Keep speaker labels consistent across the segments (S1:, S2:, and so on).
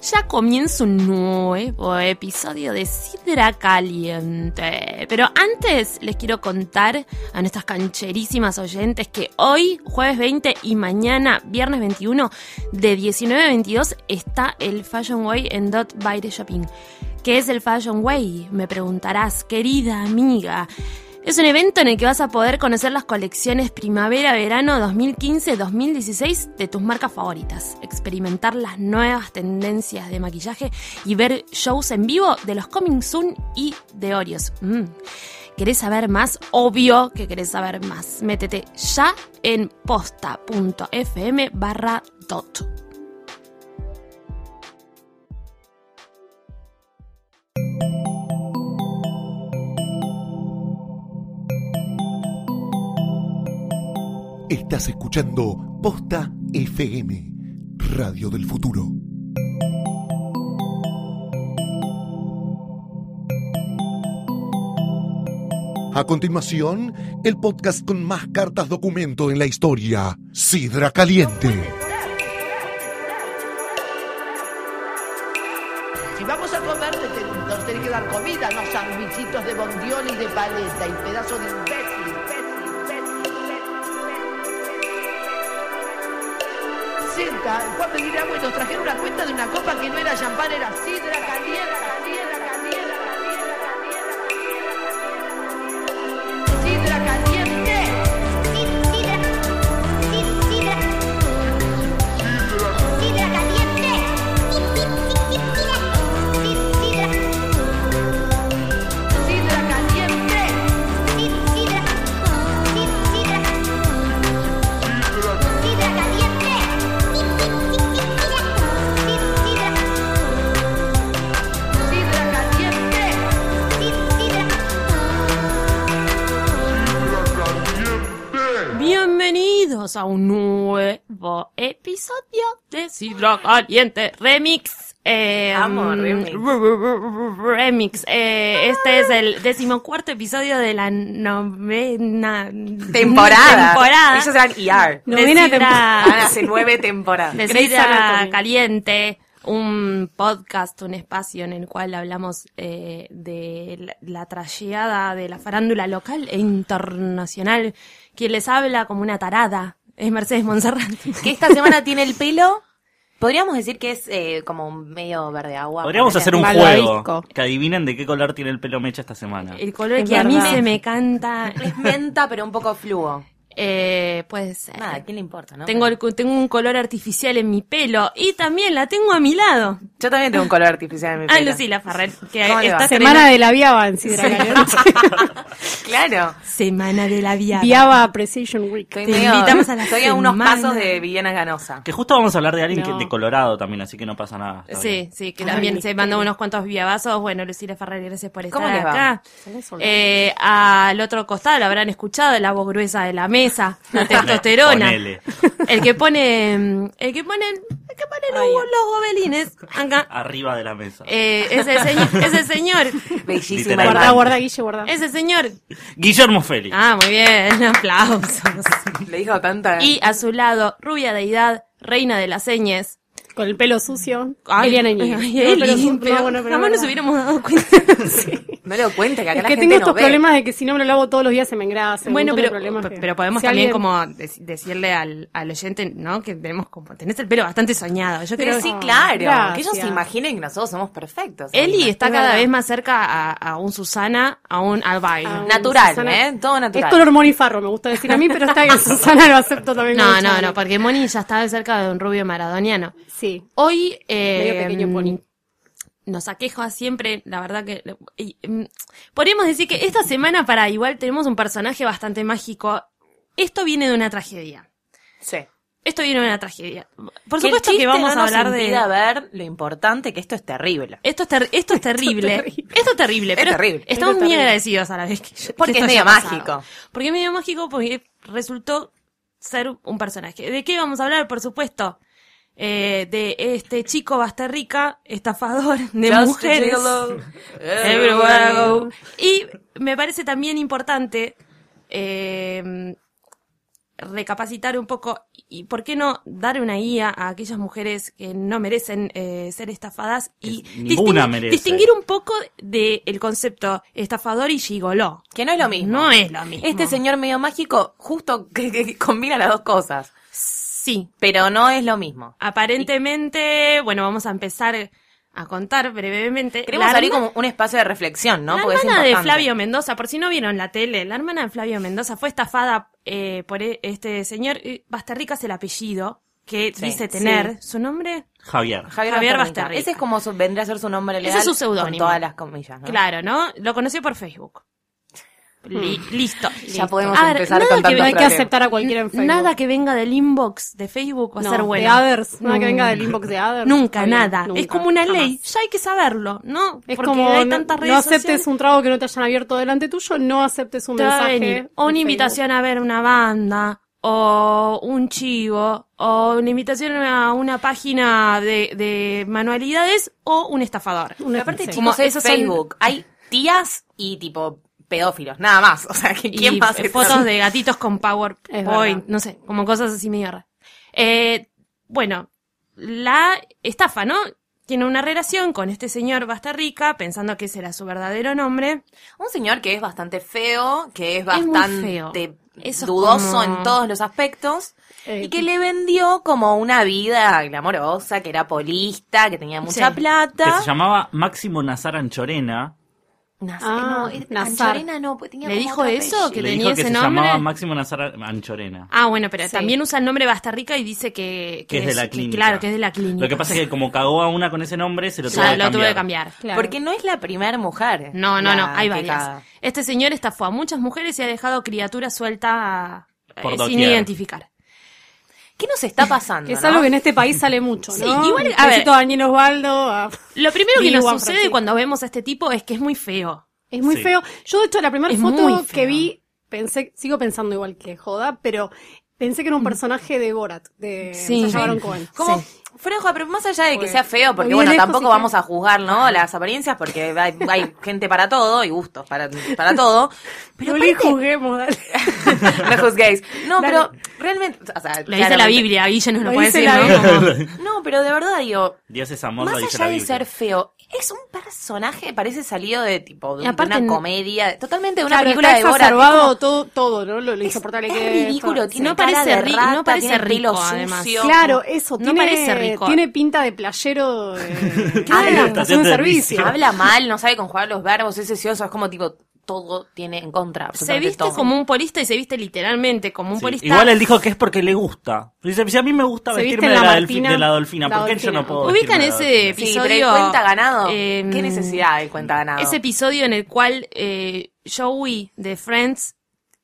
S1: ya comienza un nuevo episodio de Sidra Caliente. Pero antes les quiero contar a nuestras cancherísimas oyentes que hoy, jueves 20 y mañana, viernes 21, de 19 a 22, está el Fashion Way en Dot by the Shopping. ¿Qué es el Fashion Way? Me preguntarás, querida amiga. Es un evento en el que vas a poder conocer las colecciones primavera-verano 2015-2016 de tus marcas favoritas, experimentar las nuevas tendencias de maquillaje y ver shows en vivo de los Coming Soon y de Orios. Mm. ¿Querés saber más? Obvio que querés saber más. Métete ya en posta.fm barra dot.
S2: Estás escuchando Posta FM, Radio del Futuro. A continuación, el podcast con más cartas documento en la historia, Sidra Caliente.
S3: Si vamos a comer, te- te- nos tenés que dar comida, no sandwichitos de bondiol y de paleta y pedazos de imbécil. Senta, fue a pedir agua y nos trajeron una cuenta de una copa que no era champán, era sidra caliente, caliente, caliente, caliente, caliente, Sidra caliente. Sidra caliente. Sidra caliente.
S1: Bienvenidos a un nuevo episodio de Sidra Caliente Remix. Eh,
S4: Amo remix.
S1: remix. Eh, este es el decimocuarto episodio de la novena
S4: Temporada.
S1: temporada
S4: Ellos eran ER.
S1: de Sidra-
S4: Van hace nueve temporadas.
S1: de
S4: Grey's
S1: Sidra
S4: Anatomy.
S1: Caliente, un podcast, un espacio en el cual hablamos eh, de la, la trasheada de la farándula local e internacional. Quien les habla como una tarada es Mercedes Monserrat.
S4: Que esta semana tiene el pelo. Podríamos decir que es eh, como medio verde agua.
S5: Podríamos
S4: ponele.
S5: hacer un
S6: malvavisco.
S5: juego que adivinen de qué color tiene el pelo mecha esta semana.
S1: El color
S6: Es
S1: que a mí
S6: verdad.
S1: se me canta
S4: Es menta, pero un poco fluo.
S1: eh, puede ser.
S4: Nada, ¿a quién le importa, no?
S1: Tengo, el cu- tengo un color artificial en mi pelo y también la tengo a mi lado.
S4: Yo también tengo un color artificial en mi
S1: Ah,
S4: pelo.
S1: Lucila Farrell, que
S4: ¿Cómo le
S1: está
S4: va?
S6: Semana de la Viava en Sidra Caliente.
S4: Claro.
S1: Semana de la Viada.
S6: Viava Appreciation Week.
S4: Estoy
S1: Te
S4: medio-
S1: invitamos a la
S4: Estoy a unos
S1: semana.
S4: pasos de Viviana Ganosa.
S5: Que justo vamos a hablar de alguien
S6: No.
S5: que, de Colorado también, así que no pasa nada. está
S1: Sí,
S5: bien.
S1: sí, que
S6: Ay,
S1: también se
S6: misterio.
S1: mandó unos cuantos viavazos. Bueno, Lucila Ferrer, gracias por estar
S4: ¿Cómo les va?
S1: acá. Eh, al otro costado lo habrán escuchado, la voz gruesa de la mesa, la testosterona.
S5: Ponele.
S1: el que pone, mm, el que pone, el que pone los, los gobelines acá.
S5: Arriba de la mesa.
S1: Eh, ese señor, ese señor,
S4: Bellísima
S5: Literal.
S6: Guarda,
S4: imagen.
S6: guarda, Guille, guarda.
S1: ese señor.
S5: Guillermo Félix.
S1: Ah, muy bien, aplausos.
S4: Le dijo tanta.
S1: Y a su lado, rubia deidad, reina de las señas.
S6: Con el pelo sucio.
S1: Ay,
S6: Eliana Iñiguez.
S1: ay,
S6: No, pero-
S1: Eli,
S6: no,
S1: pero
S6: bueno, pero
S1: jamás
S6: verdad.
S1: nos hubiéramos dado cuenta.
S4: No le doy cuenta que acá
S6: Es
S4: la
S6: que
S4: gente
S6: tengo estos
S4: no ve.
S6: problemas de que si no me lo lavo todos los días se me engrasa. un
S1: Bueno,
S6: montón de
S1: pero,
S6: problemas
S1: pe-
S6: que-
S1: pero podemos
S6: si
S1: también
S6: alguien-
S1: como dec- decirle al, al oyente, ¿no? Que tenemos como, tenés el pelo bastante soñado. Yo creo
S4: Pero sí, claro. Que ellos
S6: gracias.
S4: se imaginen que nosotros somos perfectos.
S1: Eli está
S6: es
S1: cada
S6: verdad.
S1: vez más cerca a, a un Susana, a un Albayo.
S6: Ah,
S4: Natural,
S6: Susana-
S4: ¿eh? Todo natural.
S6: Es color morifarro, me gusta decir a mí, pero está bien. Susana lo acepto también.
S1: No,
S6: como
S1: no,
S6: chavo.
S1: no, porque Moni ya está cerca de un rubio maradoniano.
S6: Sí.
S1: Hoy, eh,
S6: Medio pequeño Moni.
S1: Nos aqueja siempre, la verdad que... y, mm, podríamos decir que esta semana para igual tenemos un personaje bastante mágico. Esto viene de una tragedia.
S4: Sí.
S1: Esto viene de una tragedia. Por
S4: Que el
S1: supuesto que
S4: chiste
S1: vamos
S4: no
S1: a
S4: nos
S1: hablar de...
S4: impida ver lo importante que esto es terrible.
S1: Esto es, ter- esto es terrible. esto es terrible. Esto es terrible.
S4: Es terrible.
S1: Estamos
S6: Esto es
S1: muy
S6: terrible.
S1: agradecidos a la vez que yo-
S4: Porque
S1: que
S4: es
S1: esto haya
S4: medio
S1: pasado.
S4: mágico.
S1: Porque es medio mágico porque resultó ser un personaje. ¿De qué vamos a hablar? Por supuesto. Eh, de este chico Basterrica, estafador de
S4: Just
S1: mujeres.
S4: gigolo,
S1: Everywhere I go. Y me parece también importante eh, recapacitar un poco y, por qué no, dar una guía a aquellas mujeres que no merecen eh, ser estafadas y
S5: Que ninguna merece.
S1: distinguir un poco del concepto estafador y gigoló.
S4: Que no es lo mismo.
S1: No es lo mismo.
S4: Este señor medio mágico justo que, que combina las dos cosas.
S1: Sí,
S4: Pero no es lo mismo.
S1: aparentemente, bueno, vamos a empezar a contar brevemente.
S4: Queremos
S1: La
S4: abrir
S1: herma-
S4: como un espacio de reflexión, ¿no?
S1: la
S4: Porque es
S1: hermana de
S4: importante.
S1: Flavio Mendoza, por si no vieron la tele, la hermana de Flavio Mendoza fue estafada eh, por e- este señor. eh, Basterrica es el apellido que
S4: Sí,
S1: dice
S4: sí.
S1: tener. ¿Su nombre?
S5: Javier.
S4: Javier,
S1: Javier Basterrica.
S4: Basterrica. Ese es como su- vendría a ser su nombre
S1: Ese
S4: legal.
S1: es su
S4: Con
S1: seudónimo.
S4: todas las comillas, ¿no?
S1: Claro, ¿no? Lo conoció por Facebook.
S6: Hmm.
S1: Li- listo,
S4: Ya
S1: listo.
S4: podemos
S1: A ver,
S4: empezar
S1: nada
S4: con
S1: que
S6: No
S4: tantos
S1: venga-
S6: hay que
S4: problemas.
S6: aceptar a cualquiera en Facebook.
S1: Nada que venga del inbox de Facebook va
S6: no,
S1: a ser bueno.
S6: De others. Nada que
S1: No.
S6: venga del inbox de others.
S1: Nunca,
S6: Está bien,
S1: nada.
S6: nunca,
S1: es como una
S6: jamás.
S1: ley. Ya hay que saberlo, ¿no?
S6: Es
S1: Porque
S6: como
S1: hay
S6: no,
S1: tantas
S6: no
S1: redes
S6: aceptes
S1: sociales.
S6: un trago que no te hayan abierto delante tuyo, no aceptes un
S1: Te va a
S6: mensaje.
S1: venir
S6: de
S1: o una
S6: Facebook.
S1: invitación a ver una banda, o un chivo, o una invitación a una página de, de manualidades, o un estafador.
S6: Una
S4: Aparte,
S6: sí.
S4: chicos,
S1: Como
S4: es
S1: esos son-
S4: Facebook. Hay tías y tipo pedófilos, nada más. O sea, que ¿quién
S1: y
S4: más?
S1: eh, fotos de gatitos con
S6: Es
S1: PowerPoint,
S6: verdad.
S1: no sé, como cosas así medio raras. Eh, bueno, la estafa, ¿no? Tiene una relación con este señor Basta Rica, pensando que ese era su verdadero nombre.
S4: Un señor que es bastante feo, que
S1: Es
S4: es
S1: muy
S4: bastante
S1: feo. Eso es
S4: dudoso
S1: como-
S4: en todos los aspectos.
S6: Eh,
S4: Y que le vendió como una vida glamorosa, que era polista, que tenía mucha
S1: Sí.
S5: Que
S4: plata.
S5: se llamaba Máximo Nazar Anchorena.
S4: Nas-
S6: Ah,
S4: eh,
S6: Nazar.
S4: Anchorena no, pues tenía
S1: ¿Le
S4: como
S1: dijo
S4: otro
S1: eso?
S4: apellido.
S1: Que
S5: le
S1: tenía
S5: dijo que
S1: ese
S5: se
S1: nombre.
S5: llamaba Máximo Nazar Anchorena.
S1: Ah, bueno, pero
S6: Sí.
S1: también usa el nombre Basta Rica y dice que,
S5: Que es de la clínica.
S1: claro, que es de la clínica.
S5: Lo que pasa es que como cagó a una con ese nombre, se lo tuvo
S1: Ya,
S5: que
S1: lo tuve que
S5: cambiar.
S1: cambiar.
S6: claro.
S4: Porque no es la primera mujer.
S1: No, no, no,
S4: la
S1: hay
S4: que
S1: varias.
S4: caga.
S1: Este señor estafó a muchas mujeres y ha dejado criaturas sueltas eh,
S5: Por
S1: sin
S5: doquier.
S1: identificar.
S4: ¿Qué nos está pasando?
S6: que es
S4: no?
S6: algo que en este país sale mucho,
S1: Sí,
S6: ¿no?
S1: igual- a ver.
S6: Besito a Daniel Osvaldo. ah, a-
S1: Lo primero que
S6: Digo,
S1: nos
S6: Juan
S1: sucede
S6: Francisco.
S1: cuando vemos a este tipo es que es muy feo.
S6: Es muy
S5: Sí.
S6: feo. Yo, de hecho, la primera
S1: Es muy
S6: foto
S1: feo.
S6: que vi, pensé, sigo pensando igual que joda, pero pensé que era un personaje de Borat, de
S1: Mm. Sí.
S6: Sacha Baron Cohen.
S4: Como fuera de juego, pero más allá de que
S6: Pues,
S4: sea feo, porque
S6: muy
S4: bueno,
S6: lejos
S4: tampoco
S6: y
S4: vamos
S6: feo.
S4: a juzgar, ¿no? Las apariencias, porque hay, hay gente para todo y gustos para, para todo. Pero
S6: Pero no le
S4: aparte-
S6: juzguemos, dale.
S4: no juzguéis. No,
S6: Dale.
S4: pero realmente. O sea,
S1: Lo dice la
S4: claramente-
S1: Biblia, Guille nos lo,
S6: Lo
S1: puede
S6: dice
S1: decir,
S6: la
S1: ¿no? Como-
S4: No, pero de verdad digo.
S5: Dios es amor,
S4: Más
S5: lo dice
S4: allá
S5: la
S4: de
S5: Biblia.
S4: ser feo, es un personaje, parece salido de tipo de,
S1: Y aparte
S4: de una
S1: no-
S4: comedia, totalmente de una
S6: Claro,
S4: película
S6: está
S4: de Borat.
S6: exacerbado
S4: Es como-
S6: todo, todo, ¿no? Lo, lo
S4: es-
S6: insoportable
S4: es
S6: que
S4: ridículo,
S6: Sí.
S4: tiene
S6: No,
S1: No parece
S4: cara de
S1: ri-
S4: rata,
S1: no parece
S4: tiene pelo
S1: rico, además.
S4: sucio.
S6: Claro, eso.
S1: No
S6: tiene,
S1: parece rico.
S6: Tiene pinta de playero. eh,
S4: Claro.
S6: de la estación de
S5: De
S6: servicio.
S5: vicio.
S4: Habla mal, no sabe conjugar los verbos, es sesioso, es como tipo, todo tiene en contra.
S1: Se
S4: absolutamente
S1: viste
S4: todo.
S1: como un polista y se viste literalmente como un
S5: Sí,
S1: polista.
S5: Igual él dijo que es porque le gusta. Dice, si a mí me gusta
S6: Se viste
S5: vestirme de
S6: en la
S5: la,
S6: Martina.
S5: delfi- de la dolfina,
S6: La
S5: ¿por qué yo
S6: dolfina.
S5: no puedo
S1: Ubican
S5: vestirme de la
S1: ese
S5: dolfina?
S1: episodio.
S4: Sí, pero el cuenta ganado.
S1: eh,
S4: ¿Qué necesidad el cuenta ganado?
S1: Ese episodio en el cual eh, Joey de Friends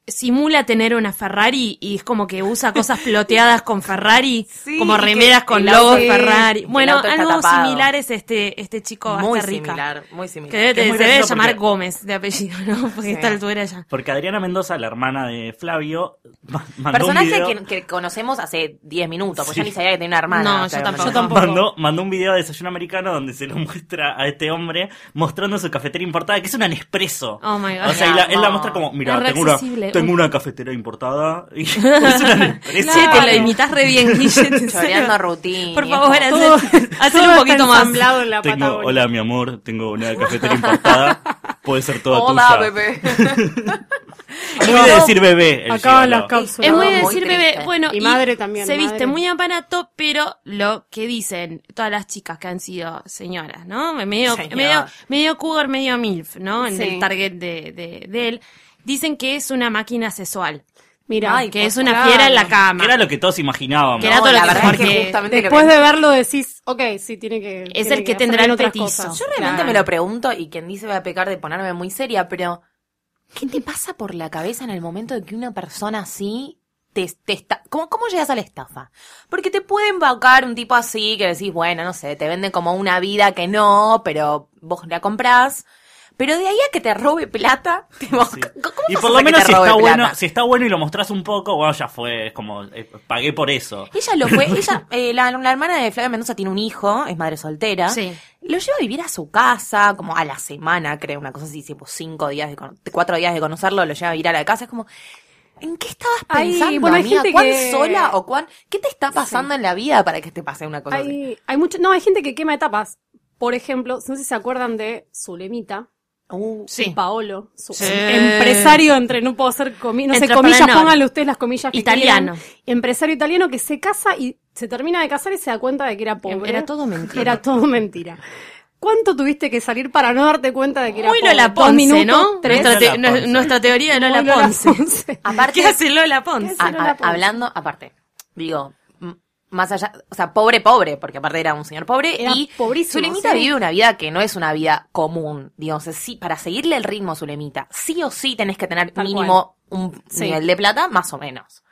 S1: simula tener una Ferrari y es como que usa cosas ploteadas con Ferrari,
S4: Sí,
S1: como
S4: que
S1: remeras con
S4: el
S1: logos
S4: auto- sí,
S1: Ferrari.
S4: el
S1: bueno,
S4: auto está
S1: algo
S4: tapado.
S1: similar es este, este chico
S4: muy
S1: hasta rica.
S4: similar, muy
S1: Que
S4: similar.
S1: debe,
S5: Que es muy
S1: se debe
S5: gracioso
S1: llamar
S5: porque-
S1: Gómez de apellido, ¿no? Porque
S4: Sí.
S1: está a la altura ya.
S5: Porque Adriana Mendoza, la hermana de Flavio, ma- mandó un
S4: Personaje
S5: video,
S4: que, que conocemos hace 10 minutos, porque
S5: Sí.
S4: yo ni sabía que tenía una hermana.
S1: No,
S4: o sea,
S1: yo tampoco.
S4: no-
S6: Yo tampoco.
S5: Mandó, mandó un video de desayuno americano donde se lo muestra a este hombre mostrando su cafetera importada, que es una Nespresso.
S1: Oh my God.
S5: O sea, y la- él la
S4: Vamos.
S5: muestra como, mira,
S1: Es re
S5: tengo una,
S1: accesible.
S5: tengo una cafetera importada y es una Nespresso.
S1: Sí, te la
S6: Claro.
S1: imitas re bien, Guille. te
S4: Choreando
S1: sale.
S4: rutina.
S1: Por favor,
S4: es como-
S6: Todo-
S1: hacer, hacer
S6: todo
S1: un
S6: está
S1: poquito más.
S6: ensamblado en la
S5: Tengo,
S6: Patagonia.
S5: hola mi amor, tengo una cafetera importada, puede ser toda
S4: Hola,
S5: tuya.
S4: bebé.
S5: Muy de decir bebé. el
S6: Acá las
S5: gigolo.
S6: cápsulas.
S1: Es muy de
S4: Muy
S1: decir
S4: triste.
S1: bebé, bueno,
S6: Y madre también,
S1: Se
S6: madre.
S1: viste muy aparato, pero lo que dicen todas las chicas que han sido señoras, ¿no? Medio,
S4: Señor.
S1: medio, medio cougar, medio milf, ¿no? En
S6: Sí.
S1: el target de, de, de él. Dicen que es una máquina sexual,
S6: Mira,
S4: Ay,
S1: que es
S4: por
S1: una
S6: favor.
S1: fiera en la cama.
S5: Que era lo que todos imaginábamos.
S1: Que era todo
S4: No,
S1: lo
S4: la
S1: que-
S4: verdad es que
S1: porque
S4: justamente lo
S6: después de verlo decís, ok, sí, tiene que.
S1: Es
S6: tiene
S1: el que tendrá
S6: hacer
S1: el
S6: otras
S1: petizo.
S6: cosas.
S4: Yo realmente me lo pregunto y quien dice va a pecar de ponerme muy seria, pero ¿qué te pasa por la cabeza en el momento de que una persona así te, te está... ¿Cómo, ¿Cómo llegas a la estafa? Porque te puede embaucar un tipo así que decís, bueno, no sé, te vende como una vida que no, pero vos la comprás. Pero de ahí a que te robe plata, tipo,
S5: Sí.
S4: ¿cómo
S5: Y
S4: vas
S5: por
S4: a
S5: lo
S4: hacer que
S5: menos
S4: te
S5: si
S4: robe
S5: está,
S4: plata?
S5: bueno, si está bueno y lo mostrás un poco, bueno, ya fue, es como, eh, pagué por eso.
S4: Ella lo fue, ella, eh, la, la hermana de Flavia Mendoza tiene un hijo, es madre soltera.
S1: Sí.
S4: Lo lleva a vivir a su casa, como a la semana, creo, una cosa así, tipo cinco días, de, cono- cuatro días de conocerlo, lo lleva a vivir a la casa. Es como, ¿En qué estabas
S6: Hay-
S4: pensando,
S6: bueno, hay
S4: amiga?
S6: gente
S4: ¿Cuán
S6: que-
S4: sola o cuán...? ¿Qué te está pasando en la vida para que te pase una cosa así?
S6: Hay, hay mucho, no, hay gente que quema etapas. Por ejemplo, no sé si se acuerdan de Zulemita,
S4: Uh,
S1: Sí.
S6: Paolo, su
S1: Sí.
S6: empresario entre, no puedo hacer comi- no sé,
S1: Entrepreneur.
S6: comillas, pónganle ustedes las comillas que
S1: Italiano.
S6: quieran. Empresario italiano que se casa y se termina de casar y se da cuenta de que era pobre.
S1: Era todo mentira.
S6: Era todo mentira. ¿Cuánto tuviste que salir para no darte cuenta de que era
S1: Muy
S6: pobre?
S1: Lola
S6: Dos
S1: Ponce,
S6: minutos,
S1: ¿no?
S6: tres.
S1: Nuestra,
S5: Lola
S1: te- no-
S5: Ponce.
S1: nuestra teoría de
S6: Muy
S1: Lola,
S6: Lola
S1: Ponce.
S6: Ponce.
S4: aparte,
S1: ¿Qué hace Lola Ponce?
S4: Ah, a-
S6: Cero la
S4: a-
S6: ponce.
S4: hablando, aparte, digo, m- más allá, o sea, pobre, pobre, porque aparte era un señor pobre
S6: Era
S4: y
S6: pobrísimo,
S4: Zulemita
S6: sí.
S4: vive una vida que no es una vida común, digo, o sea, sí, para seguirle el ritmo a Zulemita, sí o sí tenés que tener
S6: Tal
S4: mínimo un
S6: Sí.
S4: nivel de plata, más o menos.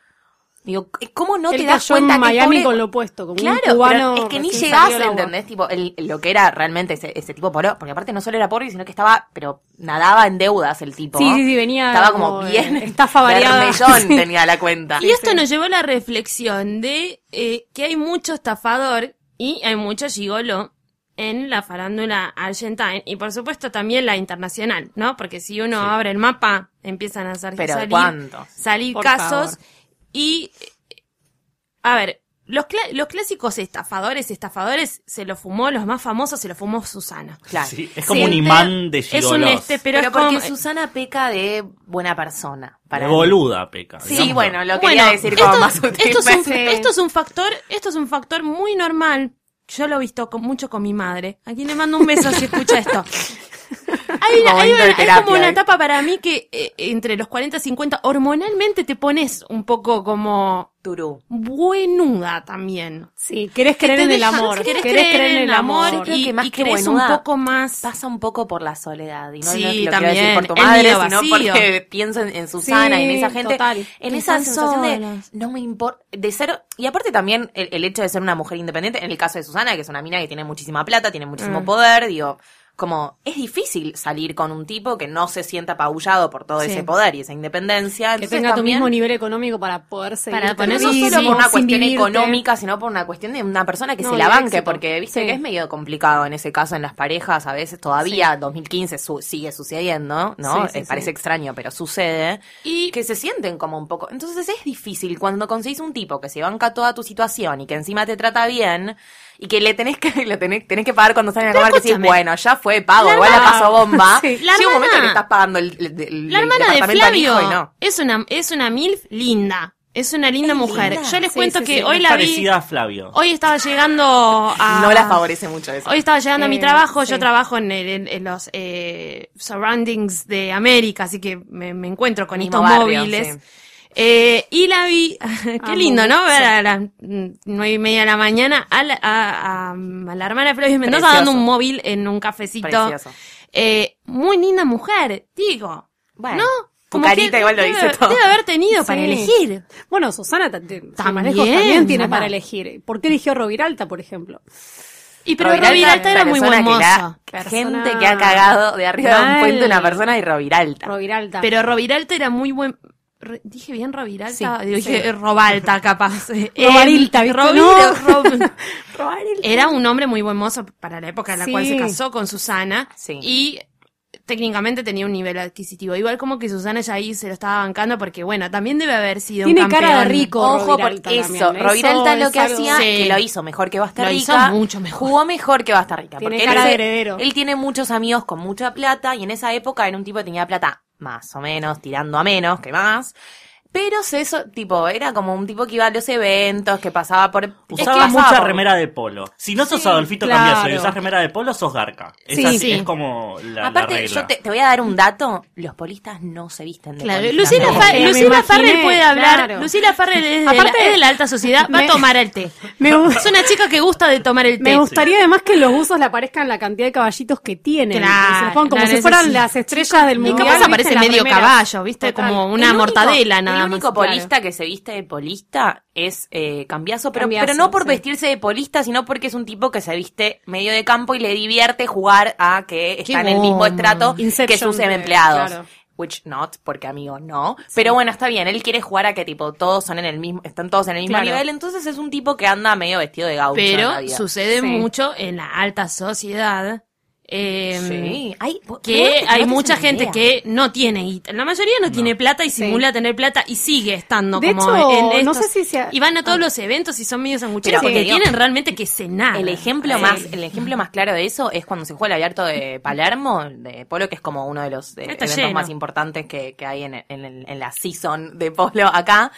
S4: Digo, ¿cómo no
S6: Él
S4: te das
S6: cayó en
S4: cuenta que es
S6: Miami
S4: pobre?
S6: con lo opuesto, como
S4: Claro,
S6: un cubano
S4: pero es que ni
S6: recién
S4: llegás,
S6: salido del agua.
S4: ¿entendés? Tipo, el- lo que era realmente ese, ese tipo pobre, porque aparte no solo era pobre, sino que estaba, pero nadaba en deudas el tipo.
S6: Sí, sí, sí, venía
S4: Estaba como
S6: como, eh,
S4: bien.
S6: estafa variada.
S4: Bermellón
S6: Sí.
S4: tenía la cuenta.
S1: Y esto nos llevó a la reflexión de eh, que hay mucho estafador y hay mucho gigolo en la farándula argentina y por supuesto también la internacional, ¿no? Porque si uno abre el mapa empiezan a sal-
S4: Pero
S1: salir,
S4: ¿cuántos?
S1: salir
S6: Por
S1: casos
S6: favor.
S1: y eh, a ver, los, cla- los clásicos estafadores, estafadores se los fumó, los más famosos se los fumó Susana.
S4: Claro.
S5: Sí, es como
S1: Sí,
S5: un
S1: este-
S5: imán de
S1: Es un
S5: gigolos.
S1: este, pero,
S4: Pero,
S1: es
S4: porque
S1: como...
S4: Susana peca de buena persona. Para
S5: De
S4: mí.
S5: boluda, peca.
S4: Sí,
S5: digamos.
S4: bueno, lo quería
S1: Bueno,
S4: decir como
S1: esto,
S4: más sutil.
S1: esto es un,
S6: Sí.
S1: esto es un factor, esto es un factor muy normal. Yo lo he visto con- mucho con mi madre. A quien le mando un beso si escucha esto. Hay una- hay
S4: Momento de
S1: una- es
S4: terapia,
S1: como una
S4: ¿eh?
S1: etapa para mí que eh, entre los 40 y 50 hormonalmente te pones un poco como
S4: Turú.
S1: buenuda también.
S6: Sí, querés
S1: Que
S6: creer
S1: te
S6: en el
S1: dejan-
S6: amor.
S1: Querés creer en el amor
S4: Yo creo
S1: y,
S4: que más
S1: y
S4: que
S1: crees un
S4: buenuda,
S1: poco más...
S4: Pasa un poco por la soledad. Y no,
S1: Sí,
S4: no lo quiero
S1: también,
S4: decir por tu
S1: el
S4: madre,
S1: nido
S4: sino
S1: vacío.
S4: porque pienso en, en Susana y en esa gente.
S6: Total.
S4: En
S1: Que
S4: esa
S1: están
S4: sensación
S1: solas.
S4: de no me importa, de ser, y aparte también el, el hecho de ser una mujer independiente, en el caso de Susana, que es una mina que tiene muchísima plata, tiene muchísimo
S1: Mm.
S4: poder, digo, como es difícil salir con un tipo que no se sienta apabullado por todo
S1: Sí.
S4: ese poder y esa independencia.
S6: Que
S4: Entonces,
S6: tenga tu
S4: también,
S6: mismo nivel económico para poder seguir.
S1: Para
S4: Pero
S1: poner
S4: no
S1: Sí,
S4: solo
S1: sí,
S4: por una
S6: sin
S4: cuestión
S6: vivirte.
S4: económica, sino por una cuestión de una persona que
S6: No,
S4: se
S6: y
S4: la
S6: el
S4: banque,
S6: éxito.
S4: porque viste
S6: Sí.
S4: que es medio complicado en ese caso en las parejas, a veces todavía 2015 su- sigue sucediendo, ¿no?
S6: Sí, sí,
S4: Eh, parece
S6: sí.
S4: extraño, pero sucede.
S1: Y-
S4: que se sienten como un poco. Entonces es difícil cuando conseguís un tipo que se banca toda tu situación y que encima te trata bien y que le tenés que le tenés, tenés que pagar cuando salen a
S1: Pero
S4: comer que decís,
S1: escúchame.
S4: bueno, ya fue, pago,
S1: La
S4: igual la
S1: hermana-
S4: pasó bomba.
S6: Sí.
S1: La
S4: Llega un momento
S1: hermana-
S4: que estás pagando el, el- el-
S1: La
S4: el
S1: hermana de
S4: departamento al hijo
S1: Flavio
S4: y no.
S1: es una es una milf linda, es una linda
S4: Es
S1: mujer.
S4: linda.
S1: Yo les
S6: Sí,
S1: cuento
S6: sí,
S1: que
S6: sí.
S1: hoy
S5: Es
S1: la vi,
S5: parecida a Flavio.
S1: hoy estaba llegando a
S4: No la favorece mucho eso.
S1: Hoy estaba llegando a mi
S6: Eh,
S1: trabajo, yo
S6: sí.
S1: trabajo en, el- en- en los eh, surroundings de América, así que me, me encuentro con
S4: Mismo
S1: estos
S4: barrio,
S1: móviles.
S4: sí.
S1: Eh, y la vi, qué
S6: Amo.
S1: lindo, ¿no? Ver a las mm, nueve y media de la mañana a la, a- a- a la hermana de Flavio Mendoza
S4: Precioso.
S1: dando un móvil en un cafecito.
S4: Precioso.
S1: Eh, muy linda mujer, digo.
S4: Bueno,
S1: ¿No?
S4: tu carita igual lo
S1: debe-
S4: dice todo.
S1: Debe haber tenido para
S6: Sí.
S1: elegir.
S6: Bueno, Susana ta- te- sin
S1: También,
S6: manejos también tiene
S1: mamá.
S6: para elegir. ¿Por qué eligió Roviralta, por ejemplo?
S1: Y pero Roviralta era muy buen
S4: persona que
S1: mozo.
S4: la
S6: Persona-
S4: Gente que ha cagado de arriba de un
S6: Mal.
S4: puente una persona y Roviralta.
S6: Roviralta.
S1: Pero Roviralta era muy buen. Ro- Dije bien Roviralta,
S6: Sí,
S1: Digo,
S6: sí.
S1: dije Robalta capaz. Eh,
S6: Robarilta, ¿viste?
S1: Rovira-
S6: No.
S1: Rob-
S6: Roviralta.
S1: Era un hombre muy buen mozo para la época en la
S6: Sí.
S1: cual se casó con Susana.
S4: Sí.
S1: Y técnicamente tenía un nivel adquisitivo. Igual como que Susana ya ahí se lo estaba bancando porque, bueno, también debe haber sido un
S6: Tiene
S1: campeón.
S6: cara de rico.
S4: Ojo por
S6: Roviralta
S4: eso.
S6: también. Eso
S4: Roviralta lo
S6: es
S4: que
S6: algo-
S4: hacía,
S1: Sí.
S4: que lo hizo mejor que Basta
S1: Lo hizo
S4: Rica.
S1: mucho mejor.
S4: Jugó mejor que Basta Rica.
S6: Tiene
S4: porque él
S6: cara
S4: se-
S6: de heredero.
S4: Él tiene muchos amigos con mucha plata y en esa época era un tipo que tenía plata más o menos, tirando a menos que más. Pero se eso, tipo, era como un tipo que iba a los eventos, que pasaba por.
S5: Usaba
S4: que pasaba
S5: mucha
S4: por-
S5: remera de polo. Si no sos
S6: Sí,
S5: Adolfito
S6: claro.
S5: Cambiaso y usás remera de polo, sos garca. Es,
S1: Sí,
S5: así,
S1: sí.
S5: es como la, la
S4: Aparte,
S5: regla.
S4: yo te, te voy a dar un dato: los polistas no se visten de
S1: Claro,
S4: polistas,
S1: Lucila,
S4: no.
S1: Fa-
S6: Eh, me
S1: Lucila
S6: imaginé,
S1: Farrell puede hablar.
S6: claro.
S1: Lucila Farrell es de,
S6: Aparte-
S1: la, es de la alta sociedad, va
S6: Me-
S1: a tomar el té.
S6: Me gu-
S1: Es una chica que gusta de tomar el té.
S6: Me gustaría además que en los usos le aparezcan la cantidad de caballitos que tienen.
S1: Claro,
S6: Y se los pongan como
S1: claro,
S6: si
S1: eso
S6: fueran
S1: sí.
S6: las estrellas del
S1: Y
S6: mundial.
S1: capaz
S6: ¿viste?
S1: aparece
S6: En las
S1: medio
S6: remeras.
S1: caballo, ¿viste?
S6: Total.
S1: Como una
S4: El único-
S1: mortadela nada
S4: El único
S1: más.
S4: polista que se viste de polista es eh, Cambiaso, pero,
S6: Cambiaso,
S4: pero no por
S6: sí.
S4: vestirse de polista, sino porque es un tipo que se viste medio de campo y le divierte jugar a que está en el mismo
S1: goma.
S4: estrato que
S6: Inception
S4: sus
S6: de-
S4: empleados.
S6: claro.
S4: Which not, porque amigo no. Pero bueno, está bien, él quiere jugar a que tipo todos son en el mismo, están todos en el mismo
S6: Claro.
S4: nivel, entonces es un tipo que anda medio vestido de gaucho. en la
S1: Pero
S4: vida.
S1: sucede
S6: Sí.
S1: mucho en la alta sociedad. eh,
S6: em,
S4: sí. Hay,
S1: que hay mucha gente que no tiene guita. La mayoría no, tiene plata y simula tener plata y sigue estando
S6: De
S1: como
S6: hecho,
S1: en
S6: no
S1: estos-
S6: sé si sea-
S1: Y van a todos los eventos y son medio sangucheros
S6: Pero
S1: porque
S6: sí.
S1: tienen realmente que cenar.
S4: El ejemplo,
S1: Sí.
S4: más, el ejemplo más claro de eso es cuando se juega el abierto de Palermo, de polo, que es como uno de los eh,
S1: Está
S4: eventos
S1: lleno.
S4: más importantes que, que hay en, en el- en la season de polo acá.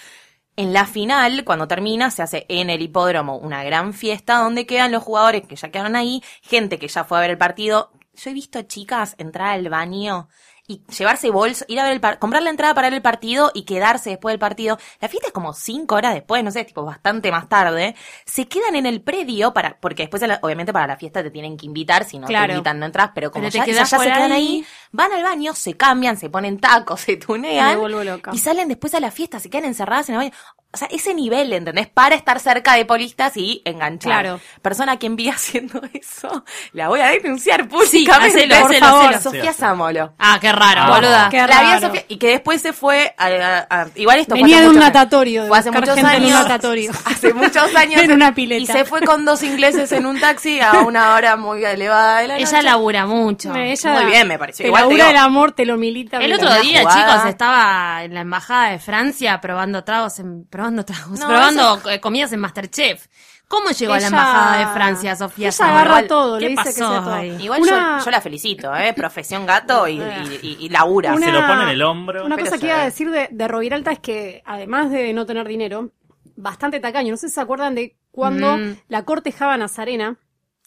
S4: En la final, cuando termina, se hace en el hipódromo una gran fiesta donde quedan los jugadores que ya quedaron ahí, gente que ya fue a ver el partido. Yo he visto chicas entrar al baño y llevarse bolsos, ir a ver el par- comprar la entrada para ver el partido y quedarse después del partido. La fiesta es como cinco horas después, no sé, tipo bastante más tarde. Se quedan en el predio para, porque después a la- obviamente para la fiesta te tienen que invitar, si no te
S1: Claro.
S4: invitan no entras, pero como
S1: Pero te
S4: ya,
S1: quedás
S4: ya se
S1: por
S4: quedan
S1: ahí.
S4: ahí, van al baño, se cambian, se ponen tacos, se
S6: Me
S4: tunean.
S6: vuelvo loca.
S4: Y salen después a la fiesta, se quedan encerradas en el baño. O sea, ese nivel, ¿entendés? Para estar cerca de polistas y enganchar.
S6: Claro.
S4: Persona que envía haciendo eso, la voy a denunciar
S1: Sí,
S4: públicamente.
S1: hacelo,
S4: por
S1: hacelo,
S4: favor,
S1: hacelo.
S5: Sí,
S4: Sofía
S5: hacelo.
S4: Samolo.
S1: Ah, qué raro,
S5: Ah,
S1: boluda.
S6: qué
S4: la vi a
S6: raro.
S4: Sofía y que después se fue a, a- a- igual esto fue
S6: Venía
S4: hace
S6: de un
S4: muchos años.
S6: natatorio, de
S4: Fue hace
S6: buscar
S4: muchos
S6: gente en un
S4: años.
S6: natatorio.
S4: Hace muchos años.
S6: En una pileta.
S4: Y se fue con dos ingleses en un taxi a una hora muy elevada de la noche.
S1: Ella labura mucho.
S6: No,
S1: El
S6: ella-
S4: Muy bien, me pareció.
S6: Te
S4: Igual te
S6: labura
S4: digo-
S6: el amor, te lo milita. mira.
S1: otro
S4: una
S1: día,
S4: jugada.
S1: chicos, estaba en la embajada de Francia probando tragos, en- probando tragos,
S4: No,
S1: probando eh, comidas en Masterchef. ¿Cómo llegó a la
S6: Ella-
S1: embajada de Francia, Sofía?
S6: Ella
S1: Zamora?
S6: agarra todo,
S1: ¿Qué
S6: le dice que
S1: pasó
S6: sea todo.
S1: ahí?
S4: Igual
S6: Una-
S4: yo, yo la felicito, ¿eh? Profesión gato y, y, y- y labura.
S5: Ah,
S6: Una-
S5: Se lo pone en el hombro.
S6: Una
S4: Pero
S6: cosa
S4: se
S6: que iba
S4: ve.
S6: a decir de, de Roviralta es que, además de no tener dinero, bastante tacaño. No sé si se acuerdan de cuando
S1: Mm.
S6: la cortejaba Nazarena,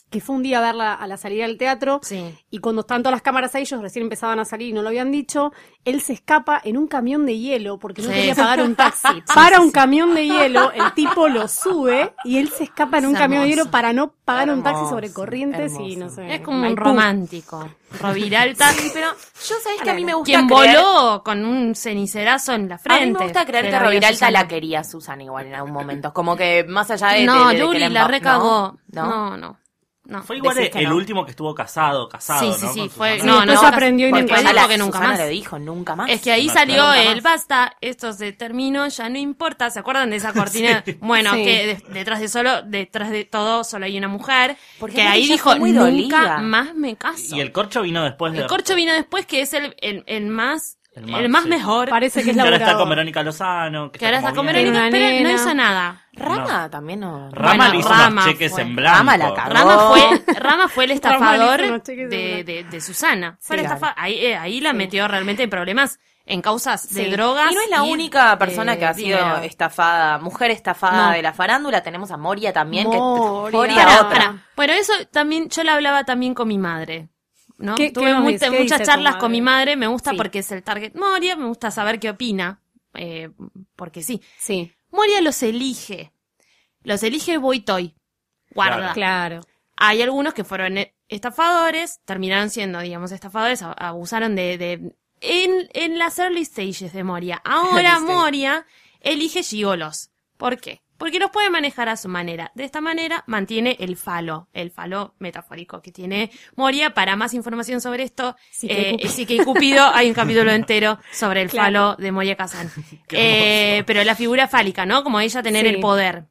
S6: que fue un día a verla a la salida del teatro,
S4: eh,
S1: Sí.
S6: y cuando están todas las cámaras ahí, ellos recién empezaban a salir y no lo habían dicho, él se escapa en un camión de hielo porque no
S1: Sí.
S6: quería pagar un taxi. Para un camión de hielo, el tipo lo sube y él se escapa en un
S1: Es
S6: camión de
S1: hermoso.
S6: hielo para no pagar un taxi
S4: Hermoso,
S6: sobre corrientes y no
S4: hermoso.
S6: sé.
S1: Es como un
S6: Maipú.
S1: romántico. Roviralta.
S4: Sí, pero yo sabés que a mí me gusta
S1: Quien
S4: creer-
S1: voló con un cenicerazo en la frente.
S4: A mí me gusta creer que
S1: Pero
S4: Roviralta
S1: Susana-
S4: la quería Susana igual en algún momento. Como que más allá de...
S1: No,
S4: de- de- de
S1: Luli
S4: que
S1: la
S4: emba-
S1: recagó.
S4: ¿No?
S1: No, no. no.
S5: Fue igual
S4: Decís
S5: el,
S4: que no.
S5: último que estuvo casado, casado.
S1: Sí, sí,
S5: ¿no?
S1: sí,
S5: Con
S1: fue-
S5: Susana.
S1: no,
S6: después
S1: no,
S6: aprendió y
S1: porque
S6: nunca
S1: ella
S6: más.
S1: dijo
S4: Susana-
S1: que nunca
S4: Susana
S1: más.
S4: lo dijo, nunca Ah, más.
S1: Es que ahí
S5: No,
S1: salió
S4: nunca más.
S1: el basta, esto se terminó, ya no importa, ¿se acuerdan de esa cortina? Bueno,
S6: Sí.
S1: que de- detrás de solo, detrás de todo solo hay una mujer,
S4: Porque
S1: que
S4: aparte
S1: ahí
S4: ella
S1: dijo,
S4: fue muy
S1: nunca
S4: dolida".
S1: más me caso.
S5: Y el corcho vino después de.
S1: El corcho vino después, que es el, el, el más, el
S5: El
S1: más,
S5: más, sí.
S1: mejor,
S6: Parece que es
S5: Que ahora está
S6: laburador.
S5: con Verónica Lozano.
S1: que ahora está con
S5: como bien.
S1: Verónica,
S6: Tiene una
S1: pero no
S6: nena.
S1: hizo nada.
S4: Rama también no...
S5: Rama
S1: Bueno,
S5: le hizo
S1: Rama
S5: unos cheques
S1: fue-
S5: en blanco.
S4: Rama la cagó.
S1: Rama
S4: No.
S1: fue, Rama fue el estafador
S6: Rama le hizo unos cheques
S1: de,
S6: de
S1: de, de Susana. Fue el
S4: claro.
S1: estafa- ahí, eh, ahí la metió realmente en problemas, en causas de
S6: Sí.
S1: drogas.
S4: Y no es la única persona
S1: de
S4: que ha sido
S1: dinero.
S4: estafada, mujer estafada
S1: No.
S4: de la farándula. Tenemos a Moria también, que
S6: Moria.
S4: Moria
S1: Pará,
S4: otra.
S1: pará. Bueno, eso también, yo la hablaba también con mi madre. ¿no?
S6: ¿Qué-
S1: Tuve
S6: qué nos
S1: mu-
S6: dice? ¿Qué
S1: muchas
S6: dice tu
S1: charlas con
S6: madre?
S1: mi madre, me gusta
S6: Sí.
S1: porque es el target Moria, me gusta saber qué opina, eh, porque sí.
S6: Sí,
S1: Moria los elige, los elige Boitoy, guarda.
S6: claro.
S1: Hay algunos que fueron eh, estafadores, terminaron siendo, digamos, estafadores, a- abusaron de... de- en, en las early stages de Moria. Ahora
S4: Early stage.
S1: Moria elige gigolos. ¿Por qué? Porque los puede manejar a su manera. De esta manera mantiene el falo, el falo metafórico que tiene Moria. Para más información sobre esto,
S6: Psique y
S1: eh,
S6: Cupido.
S1: Psique y Cupido, hay un capítulo entero sobre el
S6: Claro.
S1: falo de Moria Kazan.
S5: Qué
S1: Eh, pero la figura fálica, ¿no? Como ella tener
S6: Sí.
S1: el poder.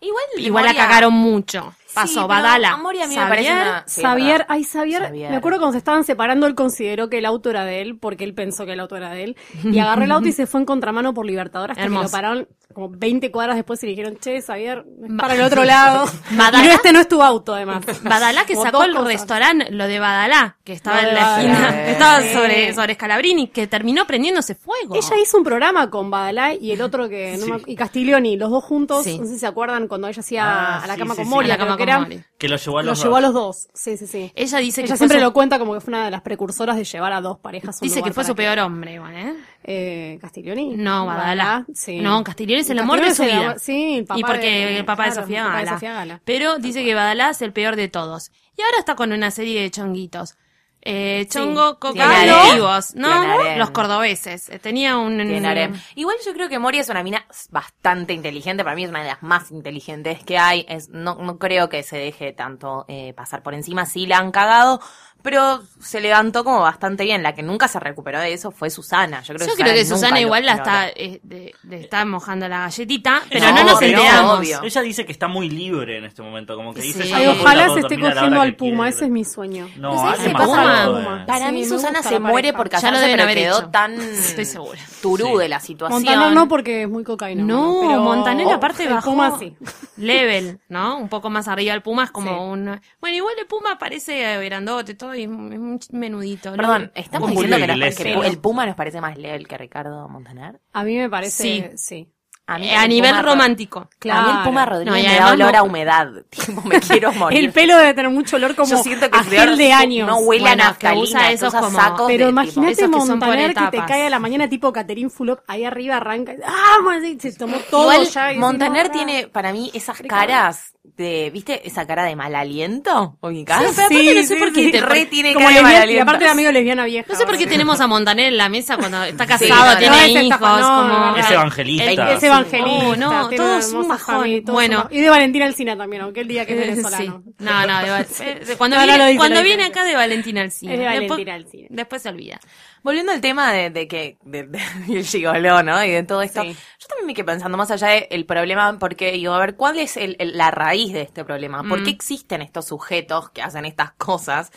S4: Igual,
S1: Igual la
S4: Moria-
S1: cagaron mucho.
S4: Sí,
S1: Pasó
S4: pero
S1: Badala.
S4: a Moria a mí me parece
S1: Xavier,
S4: una- sí, es
S6: Xavier,
S4: verdad.
S6: ay, Xavier,
S4: Xavier.
S6: me acuerdo cuando se estaban separando, él consideró que el auto era de él, porque él pensó que el auto era de él, y agarró el auto y se fue en contramano por Libertador hasta que
S1: Hermoso.
S6: lo pararon como 20 cuadras después y le dijeron, che, Xavier, es para el otro lado.
S1: Badala.
S6: Y no, este no es tu auto, además.
S1: Badalá que
S6: Como
S1: sacó
S6: dos
S1: el
S6: cosas.
S1: restaurante, lo de Badalá, que estaba
S6: Lo de
S1: en la
S6: Badalá.
S1: esquina,
S4: Sí.
S1: estaba
S6: Sí.
S1: sobre, sobre Scalabrini, que terminó prendiéndose fuego.
S6: Ella hizo un programa con Badalá y el otro que, no me ac- y Castiglioni, los dos juntos,
S1: Sí.
S6: no sé si se acuerdan cuando ella hacía
S5: Ah,
S6: a la
S5: sí,
S6: cama
S5: sí,
S6: con
S5: sí.
S6: Moria,
S1: A la cama
S6: creo
S1: con
S6: que era,
S1: Moria.
S5: Que lo llevó a
S6: lo
S5: los.
S6: llevó a
S5: dos.
S6: los dos, sí, sí, sí.
S1: Ella dice que
S6: Ella
S1: fue
S6: siempre
S1: su-
S6: lo cuenta como que fue una de las precursoras de llevar a dos parejas a un
S1: dice
S6: lugar
S1: que fue
S6: para
S1: su peor hombre, igual, ¿eh?
S6: Eh, Castiglioni.
S1: No, Badalá.
S6: sí.
S1: No, Castiglioni es el amor de su
S6: Castiglioni es el
S1: vida.
S6: amor- Sí, el papá
S1: y porque
S6: de-
S1: el papá de
S6: claro,
S1: Sofía
S6: el papá
S1: Gala.
S6: Sofía Gala.
S1: Pero dice que Badalá es el peor de todos. Y ahora está con una serie de chonguitos. Eh, chongo, coca,
S4: Tiene
S1: y
S4: harem.
S1: vivos, ¿no?
S4: Tiene harem.
S1: Los cordobeses. Eh, Tenía un...
S4: Tiene harem. Igual yo creo que Moria es una mina bastante inteligente, para mí es una de las más inteligentes que hay. Es, no, no creo que se deje tanto eh, pasar por encima, sí la han cagado, pero se levantó como bastante bien. La que nunca se recuperó de eso fue Susana. Yo creo,
S1: Yo creo que
S4: nunca
S1: Susana
S4: lo-
S1: igual la
S4: lo-
S1: está, eh, de- de- está mojando la galletita, pero
S4: No,
S1: no, nos
S4: pero
S1: enteramos.
S4: obvio.
S5: Ella dice que está muy libre en este momento, como que dice...
S1: Sí.
S5: "Ya
S6: Ay,
S5: puedo
S6: ojalá
S5: todo
S6: se esté
S5: terminar a la
S6: cogiendo
S5: hora
S6: al
S5: que
S6: Puma,
S5: quiera".
S6: ese es mi sueño.
S5: No,
S1: Pero ¿sabes
S5: alguien
S1: qué
S5: más
S1: pasa?
S5: gordo, eh.
S4: Para
S6: Sí,
S4: mí
S6: me
S4: Susana
S6: gusta
S4: se
S6: la
S4: muere
S6: pareja.
S4: por
S1: Ya lo
S4: casarse,
S1: deben
S4: pero
S1: haber
S4: quedó
S1: hecho.
S4: tan
S1: Estoy segura.
S4: turú
S5: Sí.
S4: de la situación.
S6: Montaner no porque es muy cocaína.
S1: No,
S6: pero-
S1: Montaner
S4: Oh.
S1: aparte
S6: el
S1: bajó
S6: Puma sí.
S1: level, ¿no? Un poco más arriba el Puma es como
S6: Sí.
S1: un... Bueno, igual el Puma parece eh, grandote, todo y es un menudito. ¿no? Eh,
S4: Perdón, ¿estamos
S5: Julio
S4: diciendo que, nos-
S5: Iglesias.
S4: que el Puma nos parece más level que Ricardo Montaner?
S6: A mí me parece,
S1: Sí.
S6: sí.
S4: A, mí
S1: Eh, a
S4: el
S1: nivel
S4: Puma-
S1: romántico.
S4: A mí el Puma
S6: Claro.
S4: Rodríguez
S1: No, y
S4: me da
S1: además
S4: olor
S1: no-
S4: a humedad. Tipo, me quiero morir.
S6: El pelo debe tener mucho olor como
S4: Yo siento que
S6: a
S4: ese
S6: gel
S4: olor
S6: de
S4: no-
S6: años.
S4: No huele
S1: Bueno,
S4: a
S1: que
S4: naftalina,
S1: usa
S4: que
S1: esos
S4: usa
S1: como-
S4: sacos de
S6: Pero
S4: tipo-
S1: esos que
S6: imagínate
S1: son por
S6: Montaner que te
S1: etapas.
S6: cae a la mañana tipo Caterín Fulop, ahí arriba arranca, ¡ah! y Se tomó todo
S4: Igual,
S6: ya. y
S4: Montaner
S6: decís, no,
S4: tiene para mí esas
S6: Ricardo.
S4: caras de, ¿viste? Esa cara de mal aliento. ubicás.
S1: Sí,
S4: Pero aparte
S1: sí,
S4: no
S1: sí,
S4: sé por qué
S1: sí.
S4: te re tiene
S6: Como
S4: cara de mal
S6: lesbiana- y
S4: aliento.
S6: aparte de amigo lesbiana vieja.
S1: No sé por qué tenemos a Montaner en la mesa cuando está casado,
S4: no, no,
S1: tiene
S6: ese
S1: hijos,
S6: está- no,
S1: como...
S6: no, no.
S5: Es evangelista.
S6: Es evangelista.
S1: Oh, no,
S6: tiene
S1: todo
S6: una
S1: es un
S6: hermosa
S1: bajón.
S6: familia, todo es
S1: Bueno.
S6: un bajón. Y de Valentina Alcina también, aunque el día que es
S1: Eh,
S6: venezolano.
S1: sí. No, no, de Val- eh, cuando,
S6: No, no lo
S1: viene,
S6: dice,
S1: cuando
S6: lo dice.
S1: viene acá de Valentina Alcina.
S6: Es de
S1: Después-
S6: Valentina Alcina.
S1: Después se olvida.
S4: Volviendo al tema de, de que de, de- el gigoló, ¿no? Y de todo esto.
S6: Sí.
S4: Yo también me quedé pensando más allá del problema, porque digo, a ver, ¿cuál es el- el- la raíz de este problema? ¿Por qué
S1: Mm.
S4: existen estos sujetos que hacen estas cosas?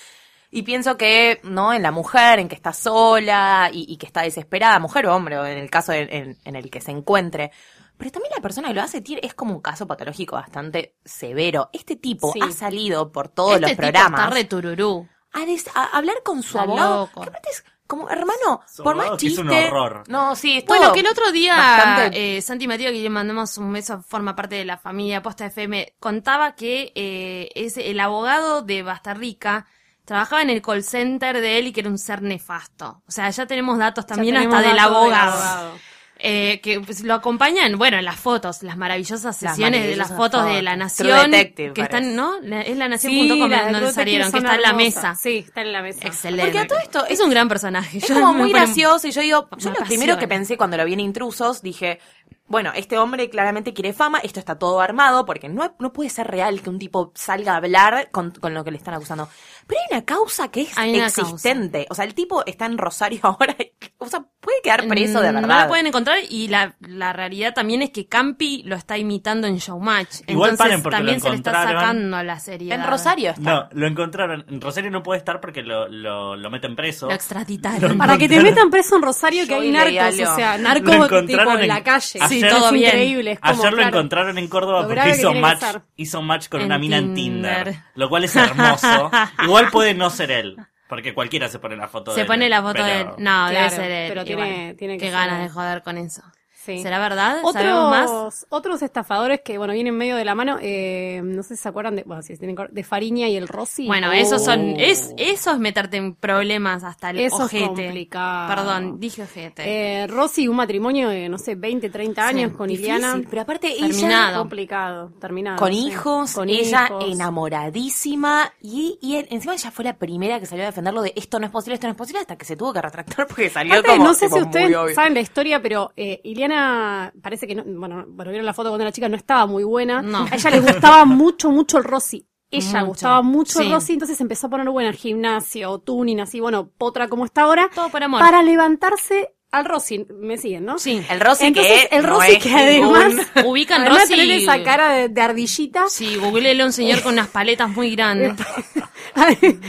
S4: Y pienso que, ¿no? En la mujer, en que está sola y, y que está desesperada, mujer o hombre, o en el caso en, en- en el que se encuentre. Pero también la persona que lo hace tiene- es como un caso patológico bastante severo. Este tipo
S6: Sí.
S4: ha salido por todos
S1: este
S4: los
S1: tipo
S4: programas
S1: está re tururú.
S4: a, des- a hablar con su
S1: Está
S4: abogado.
S1: loco.
S4: Que aparte es como, hermano,
S5: Su
S4: por
S5: abogado
S4: más
S5: que
S4: chiste.
S5: es un horror.
S4: No, sí, es
S1: Bueno,
S4: todo
S1: que el otro día
S4: bastante-
S1: eh, Santi Matías, que le mandamos un beso, forma parte de la familia Posta FM, contaba que eh, es el abogado de Bastarrica trabajaba en el call center de él y que era un ser nefasto. O sea, ya tenemos datos
S6: Ya
S1: también
S6: tenemos
S1: hasta del
S6: datos
S1: abogado. Eh, que pues, lo acompañan, bueno, en las fotos, las maravillosas
S4: Las
S1: sesiones de las
S4: maravillosas
S1: fotos, de La
S4: fotos.
S1: Nación,
S4: True Detective,
S1: que
S4: parece.
S1: están, ¿no? La- es la
S6: Sí,
S1: nación.com
S6: las
S1: donde
S6: Detectives
S1: salieron, que
S6: son
S1: está en la
S6: hermosas.
S1: mesa.
S6: Sí, está en la mesa.
S1: Excelente.
S4: Porque a todo esto
S1: es,
S4: es-
S1: un gran personaje.
S4: Es
S1: Yo
S4: como
S1: me
S4: muy
S1: pone-
S4: gracioso. Y yo digo,
S1: me
S4: yo lo
S1: apasiona.
S4: primero que pensé cuando lo vi en intrusos, dije, bueno, este hombre claramente quiere fama, esto está todo armado, porque no, no puede ser real que un tipo salga a hablar con, con lo que le están acusando. Pero hay una causa que es
S1: Hay una
S4: existente. O sea, el tipo está en Rosario ahora. y- O sea, puede quedar preso de
S1: Mm,
S4: verdad.
S1: No la pueden encontrar y la, la realidad también es que Campi lo está imitando en Showmatch.
S5: Igual
S1: Entonces
S5: paren porque lo
S1: también se le está
S5: encontraron.
S1: sacando la serie.
S4: En Rosario está.
S5: No, lo encontraron. Rosario no puede estar porque lo, lo, lo meten preso.
S1: Lo extraditaron.
S6: Para que te metan preso en Rosario, que
S4: Yo leí
S6: hay narcos,
S4: algo.
S6: o sea,
S5: Lo
S6: narcos tipo en la calle.
S5: ayer-
S1: Sí, todo
S6: es
S1: bien.
S6: increíble. Es como,
S5: Ayer lo
S6: claro.
S5: encontraron en Córdoba
S6: Lo
S5: porque
S6: grave que
S5: hizo
S6: tiene que
S5: match,
S6: ser.
S5: hizo match con
S1: En
S5: una mina en Tinder.
S1: Tinder.
S5: Lo cual es hermoso. Igual puede no ser él. Porque cualquiera se pone la foto de
S1: Se
S5: él.
S1: pone la foto
S5: pero-
S1: de él. No, debe
S6: Claro,
S1: ser él.
S6: pero
S1: Y
S6: tiene-
S1: bueno,
S6: tiene que
S1: Qué
S6: ser
S1: ganas
S6: él.
S1: de joder con eso.
S6: Sí.
S1: ¿Será verdad? ¿Sabemos más?
S6: Otros, otros estafadores que, bueno, vienen medio de la mano, eh, no sé si se acuerdan de, bueno, si se tienen que acordar, de Fariña y el Rossi.
S1: Bueno, esos son. Es, eso es meterte en problemas hasta el
S6: Oh. Eso es
S1: ojete.
S6: complicado.
S1: Perdón, dije ojete.
S6: Eh, Rossi, un matrimonio de, no sé, 20, 30 años con Iliana.
S4: Difícil, pero aparte ella
S1: Terminada.
S6: Complicado, terminado.
S4: con
S6: Ah, sí.
S4: hijos,
S6: Con
S4: ella
S6: hijos.
S4: enamoradísima y, y en- encima ella fue la primera que salió a defenderlo de esto no es posible, esto no es posible, hasta que se tuvo que retractar porque salió
S6: Aparte,
S4: como
S6: no sé
S4: tipo,
S6: si ustedes
S4: muy obvio.
S6: saben la historia, pero eh, Iliana parece que, no, bueno, bueno, vieron la foto cuando era chica, no estaba muy buena.
S1: No.
S6: A ella le gustaba mucho, mucho el Rossi. Ella
S1: Mucho.
S6: gustaba mucho
S1: Sí.
S6: el Rossi, entonces empezó a poner buena en gimnasio, tuning, así, bueno, potra como está ahora,
S1: Todo por amor.
S6: para levantarse al Rossi. ¿Me siguen, no?
S1: Sí.
S4: El Rossi
S6: Entonces,
S4: que
S6: el
S4: no
S6: Rossi
S4: es
S6: que
S4: ningún-
S6: además...
S1: Ubican
S6: Además
S1: Rosy.
S6: de tener esa cara de, de ardillita,
S1: Sí, googleé un señor con unas paletas muy grandes.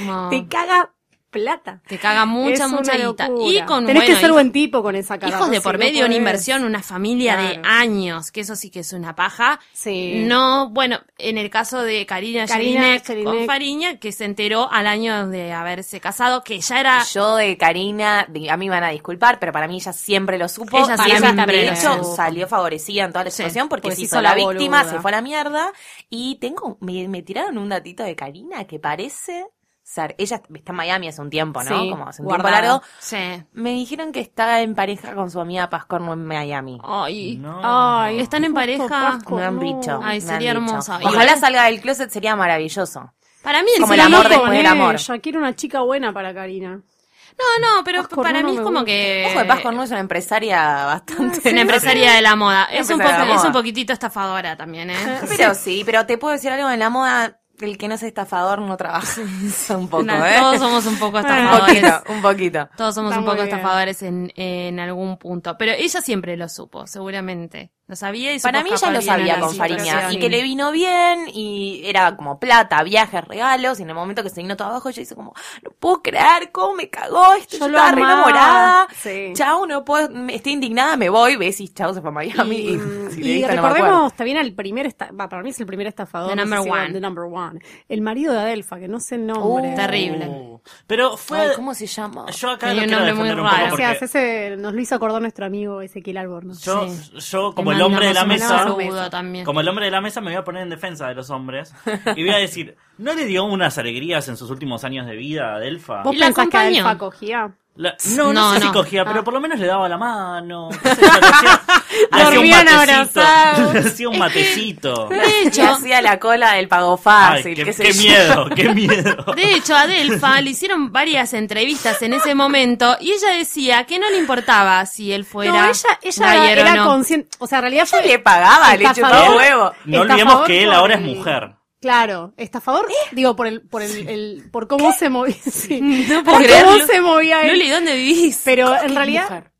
S1: No.
S6: te caga plata.
S1: Te caga Ah. mucha,
S6: Es
S1: mucha
S6: una
S1: guita.
S6: locura.
S1: Y con
S6: Tenés
S1: bueno,
S6: que ser
S1: hij-
S6: buen tipo con esa cara.
S1: hijos de
S6: Rosy,
S1: por
S6: no
S1: medio, una
S6: podés.
S1: inversión, una familia de
S6: Claro.
S1: años, que eso sí que es una paja.
S6: Sí.
S1: No, bueno, en el caso de Karina
S6: Karina
S1: Jelinek
S6: Jelinek.
S1: con Fariña, que se enteró al año de haberse casado, que ya era
S4: Yo de Karina, de- a mí me van a disculpar, pero para mí ella siempre lo supo.
S1: Ella
S4: Para
S1: siempre
S4: de
S1: lo
S4: hecho,
S1: supo.
S4: salió favorecida en toda la
S1: Sí,
S4: situación porque
S6: porque
S4: se hizo la, víctima,
S6: boluda.
S4: se fue a la mierda. Y tengo, me, me tiraron un datito de Karina que parece ser, ella está en Miami hace un tiempo, ¿no?
S6: Sí,
S4: Como hace un
S6: guardada.
S4: tiempo largo.
S1: Sí.
S4: Me dijeron que está en pareja con su amiga Pascorno en Miami.
S1: Ay,
S5: No.
S1: ay, están en
S6: Justo
S1: pareja.
S6: Pascua.
S4: Me han
S6: no.
S4: dicho.
S1: Ay,
S4: me
S1: sería
S4: han dicho.
S1: hermoso.
S4: Ojalá salga del closet, sería maravilloso.
S1: Para mí el
S4: Como el
S1: ser
S4: amor
S1: hijo-
S4: después del amor.
S6: Ella quiere una chica buena para Karina.
S1: No, no, pero
S6: Pascor
S1: para
S6: no
S1: mí
S6: me
S1: es como
S6: gusta.
S1: que...
S4: Ojo de Paz Cornudo es una empresaria bastante.
S1: Eh, Una empresaria de la moda. Es un,
S4: empresaria de la
S1: poco- es
S4: moda.
S1: un poquitito estafadora también, ¿eh?
S4: Pero sí, pero te puedo decir algo en la moda. El que no es estafador no trabaja. un poco,
S1: No,
S4: ¿eh?
S1: Todos somos un poco
S4: un
S1: estafadores.
S4: poquito, un poquito.
S1: Todos somos
S6: Está
S1: un poco
S6: muy bien.
S1: estafadores en, en algún punto. Pero ella siempre lo supo, seguramente. Lo sabía y supo
S4: Para mí ella
S1: escapar
S4: lo
S1: bien a
S4: sabía
S1: la
S4: con Fariña.
S1: situación.
S4: Y que le vino bien, y era como plata, viajes, regalos, y en el momento que se vino todo abajo, yo hice como, no puedo creer, cómo me cagó esto, yo,
S6: Yo lo
S4: estaba re
S6: amaba.
S4: enamorada.
S6: Sí.
S4: Chao, no puedo, me- estoy indignada, me voy, ves y chao se fue a Miami.
S6: Y,
S4: si
S6: y
S4: de esto no me
S6: recordemos
S4: acuerdo.
S6: también al primer esta- va, para mí es el primer estafador.
S1: The
S6: no sé
S1: number
S6: si
S1: one.
S6: va- the number one. El marido de Adelfa, que no sé el nombre.
S4: Uh,
S1: Terrible.
S5: Uh, pero fue.
S4: Ay, ¿cómo se llama?
S5: Yo acá
S1: Tenía
S5: lo
S1: un
S5: quiero
S1: nombre muy
S5: defender un poco
S1: raro.
S5: porque
S6: Gracias, ese nos lo hizo acordar nuestro amigo Ezequiel Alborno.
S5: yo, yo, como
S1: Le
S5: el hombre de la
S1: mandamos un
S5: mesa,
S1: saludo también.
S5: como el hombre de la mesa, me voy a poner en defensa de los hombres. Y voy a decir, ¿no le dio unas alegrías en sus últimos años de vida a Delfa?
S6: ¿Vos
S1: Y la
S6: pensás que
S1: acompañó.
S6: Adelfa cogía?
S5: La- no, no,
S1: No,
S5: sé si
S1: no. Ah.
S5: cogía, pero por lo menos le daba la mano. qué sé yo, le hacía- le hacía un
S1: Dormían
S5: matecito.
S1: abrazados.
S5: Le hacía un matecito.
S1: De
S4: Y
S1: hecho,
S4: hacía la cola del pago
S5: Ay,
S4: fácil,
S5: qué,
S4: qué sé
S5: qué
S4: yo.
S5: miedo, qué miedo.
S1: De hecho, a Delfa le hicieron varias entrevistas en ese momento y ella decía que no le importaba si él fuera.
S6: no, ella, ella
S1: Dyer o
S6: era
S1: no.
S6: consciente. O sea, en realidad
S4: Yo
S6: fue.
S4: le pagaba, le chupaba
S6: Estafador.
S4: huevo.
S5: No
S6: Estafador
S5: olvidemos que él
S6: por
S5: ahora es
S6: el-
S5: mujer.
S6: Claro, estafador,
S1: Eh.
S6: digo, por el, por el, el- por cómo se movía. sí.
S1: No
S6: por
S1: puedo
S6: cómo
S1: creerlo.
S6: se movía él.
S1: Luli, ¿dónde vivís?
S6: Pero
S4: ¿Qué
S6: en realidad.
S4: mujer?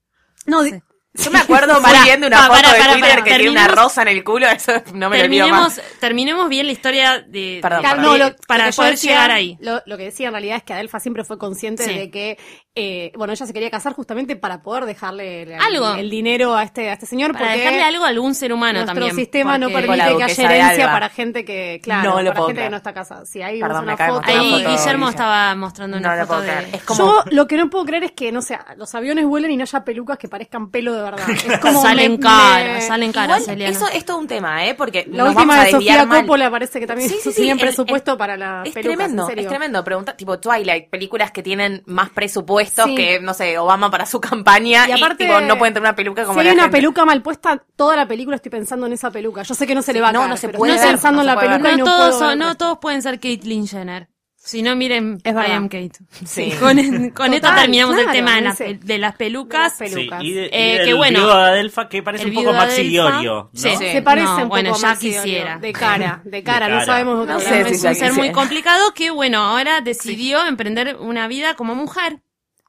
S6: No, di-
S4: Yo me acuerdo muy
S1: Pará,
S4: bien de
S1: pará,
S4: una foto
S1: pará,
S4: de
S1: pará,
S4: Twitter
S1: pará.
S4: que tiene una
S1: Terminemos-
S4: rosa en el culo, eso no me lo olvido más.
S1: terminemos, terminemos bien la historia de.
S4: Perdón,
S1: de-
S4: perdón.
S6: no, lo-
S1: de- para
S6: lo que yo
S1: poder
S6: decía-
S1: llegar ahí.
S6: Lo, lo que decía en realidad es que Adelfa siempre fue consciente
S1: Sí.
S6: de que, eh, bueno, ella se quería casar justamente para poder dejarle el,
S1: Algo.
S6: el dinero a este, a este señor.
S1: Para
S6: porque
S1: dejarle algo a algún ser humano
S6: nuestro
S1: también.
S6: sistema no
S1: porque-
S4: Con la
S6: permite que
S4: duquesa
S6: haya
S4: de
S6: herencia
S4: Alba.
S6: para gente que, claro,
S4: No lo
S6: para
S4: puedo
S6: gente
S4: creer.
S6: que no está casada. Si ahí
S4: Perdón,
S6: vemos
S4: me
S6: una
S4: acabo de
S6: foto.
S4: mostrar
S1: Ahí
S4: una foto,
S1: Guillermo
S4: Guillermo.
S1: estaba mostrando una
S4: No la
S1: foto
S4: puedo
S1: de.
S4: creer. Es como
S6: Yo lo que no puedo creer es que, no sé, los aviones vuelan y no haya pelucas que parezcan pelo de verdad. Es como
S1: salen
S6: me- me-
S1: caras, salen caras,
S4: Igual,
S1: Eliana.
S4: eso es todo un tema, ¿eh? Porque
S6: La
S4: nos vamos
S6: última
S4: a
S6: de
S4: desviar
S6: Sofía
S4: mal.
S6: Coppola parece que también
S4: Sí, sí, sí,
S6: tenían
S4: el-
S6: presupuesto
S4: el-
S6: para la
S4: Es
S6: pelucas, en
S4: tremendo,
S6: serio.
S4: es tremendo. Pregunta, tipo Twilight, películas que tienen más presupuestos
S6: Sí.
S4: que, no sé, Obama para su campaña.
S6: Y
S4: Y,
S6: aparte,
S4: tipo, no pueden tener una peluca como
S6: si hay
S4: la
S6: una
S4: gente.
S6: peluca mal puesta, toda la película estoy pensando en esa peluca. Yo sé que no se le va a
S4: No,
S6: caer,
S4: no se
S6: pero
S4: puede
S6: estoy
S4: ver, no
S6: pensando en
S4: se
S6: la
S4: puede ver.
S6: peluca
S1: No,
S6: y no
S1: todos,
S6: puedo
S1: son-
S6: ver.
S1: no todos pueden ser Caitlyn Jenner. Si no, miren,
S6: Es verdad.
S1: I am Kate.
S4: Sí.
S1: Con, con esto
S6: Total,
S1: terminamos el
S6: claro,
S1: tema de las,
S6: ese.
S1: pel- de las pelucas.
S6: De las
S5: Sí,
S6: Lucas.
S5: y, de, y
S1: Eh,
S5: del
S1: que bueno.
S5: viudo de Adelfa que parece
S1: El
S5: un poco
S1: viudo
S5: Maxi
S1: Adelfa.
S5: Diorio. ¿no?
S1: Sí.
S4: Sí.
S6: Se parece
S1: No,
S6: un poco
S1: bueno,
S6: más,
S1: ya
S6: sí, obvio.
S1: quisiera.
S6: De cara, de cara, no
S5: cara.
S6: sabemos de
S4: No
S6: otra
S4: sé
S6: cosa.
S4: si
S1: es un
S4: ya
S1: ser
S4: quisiera.
S1: muy complicado que, bueno, ahora decidió emprender una vida como mujer.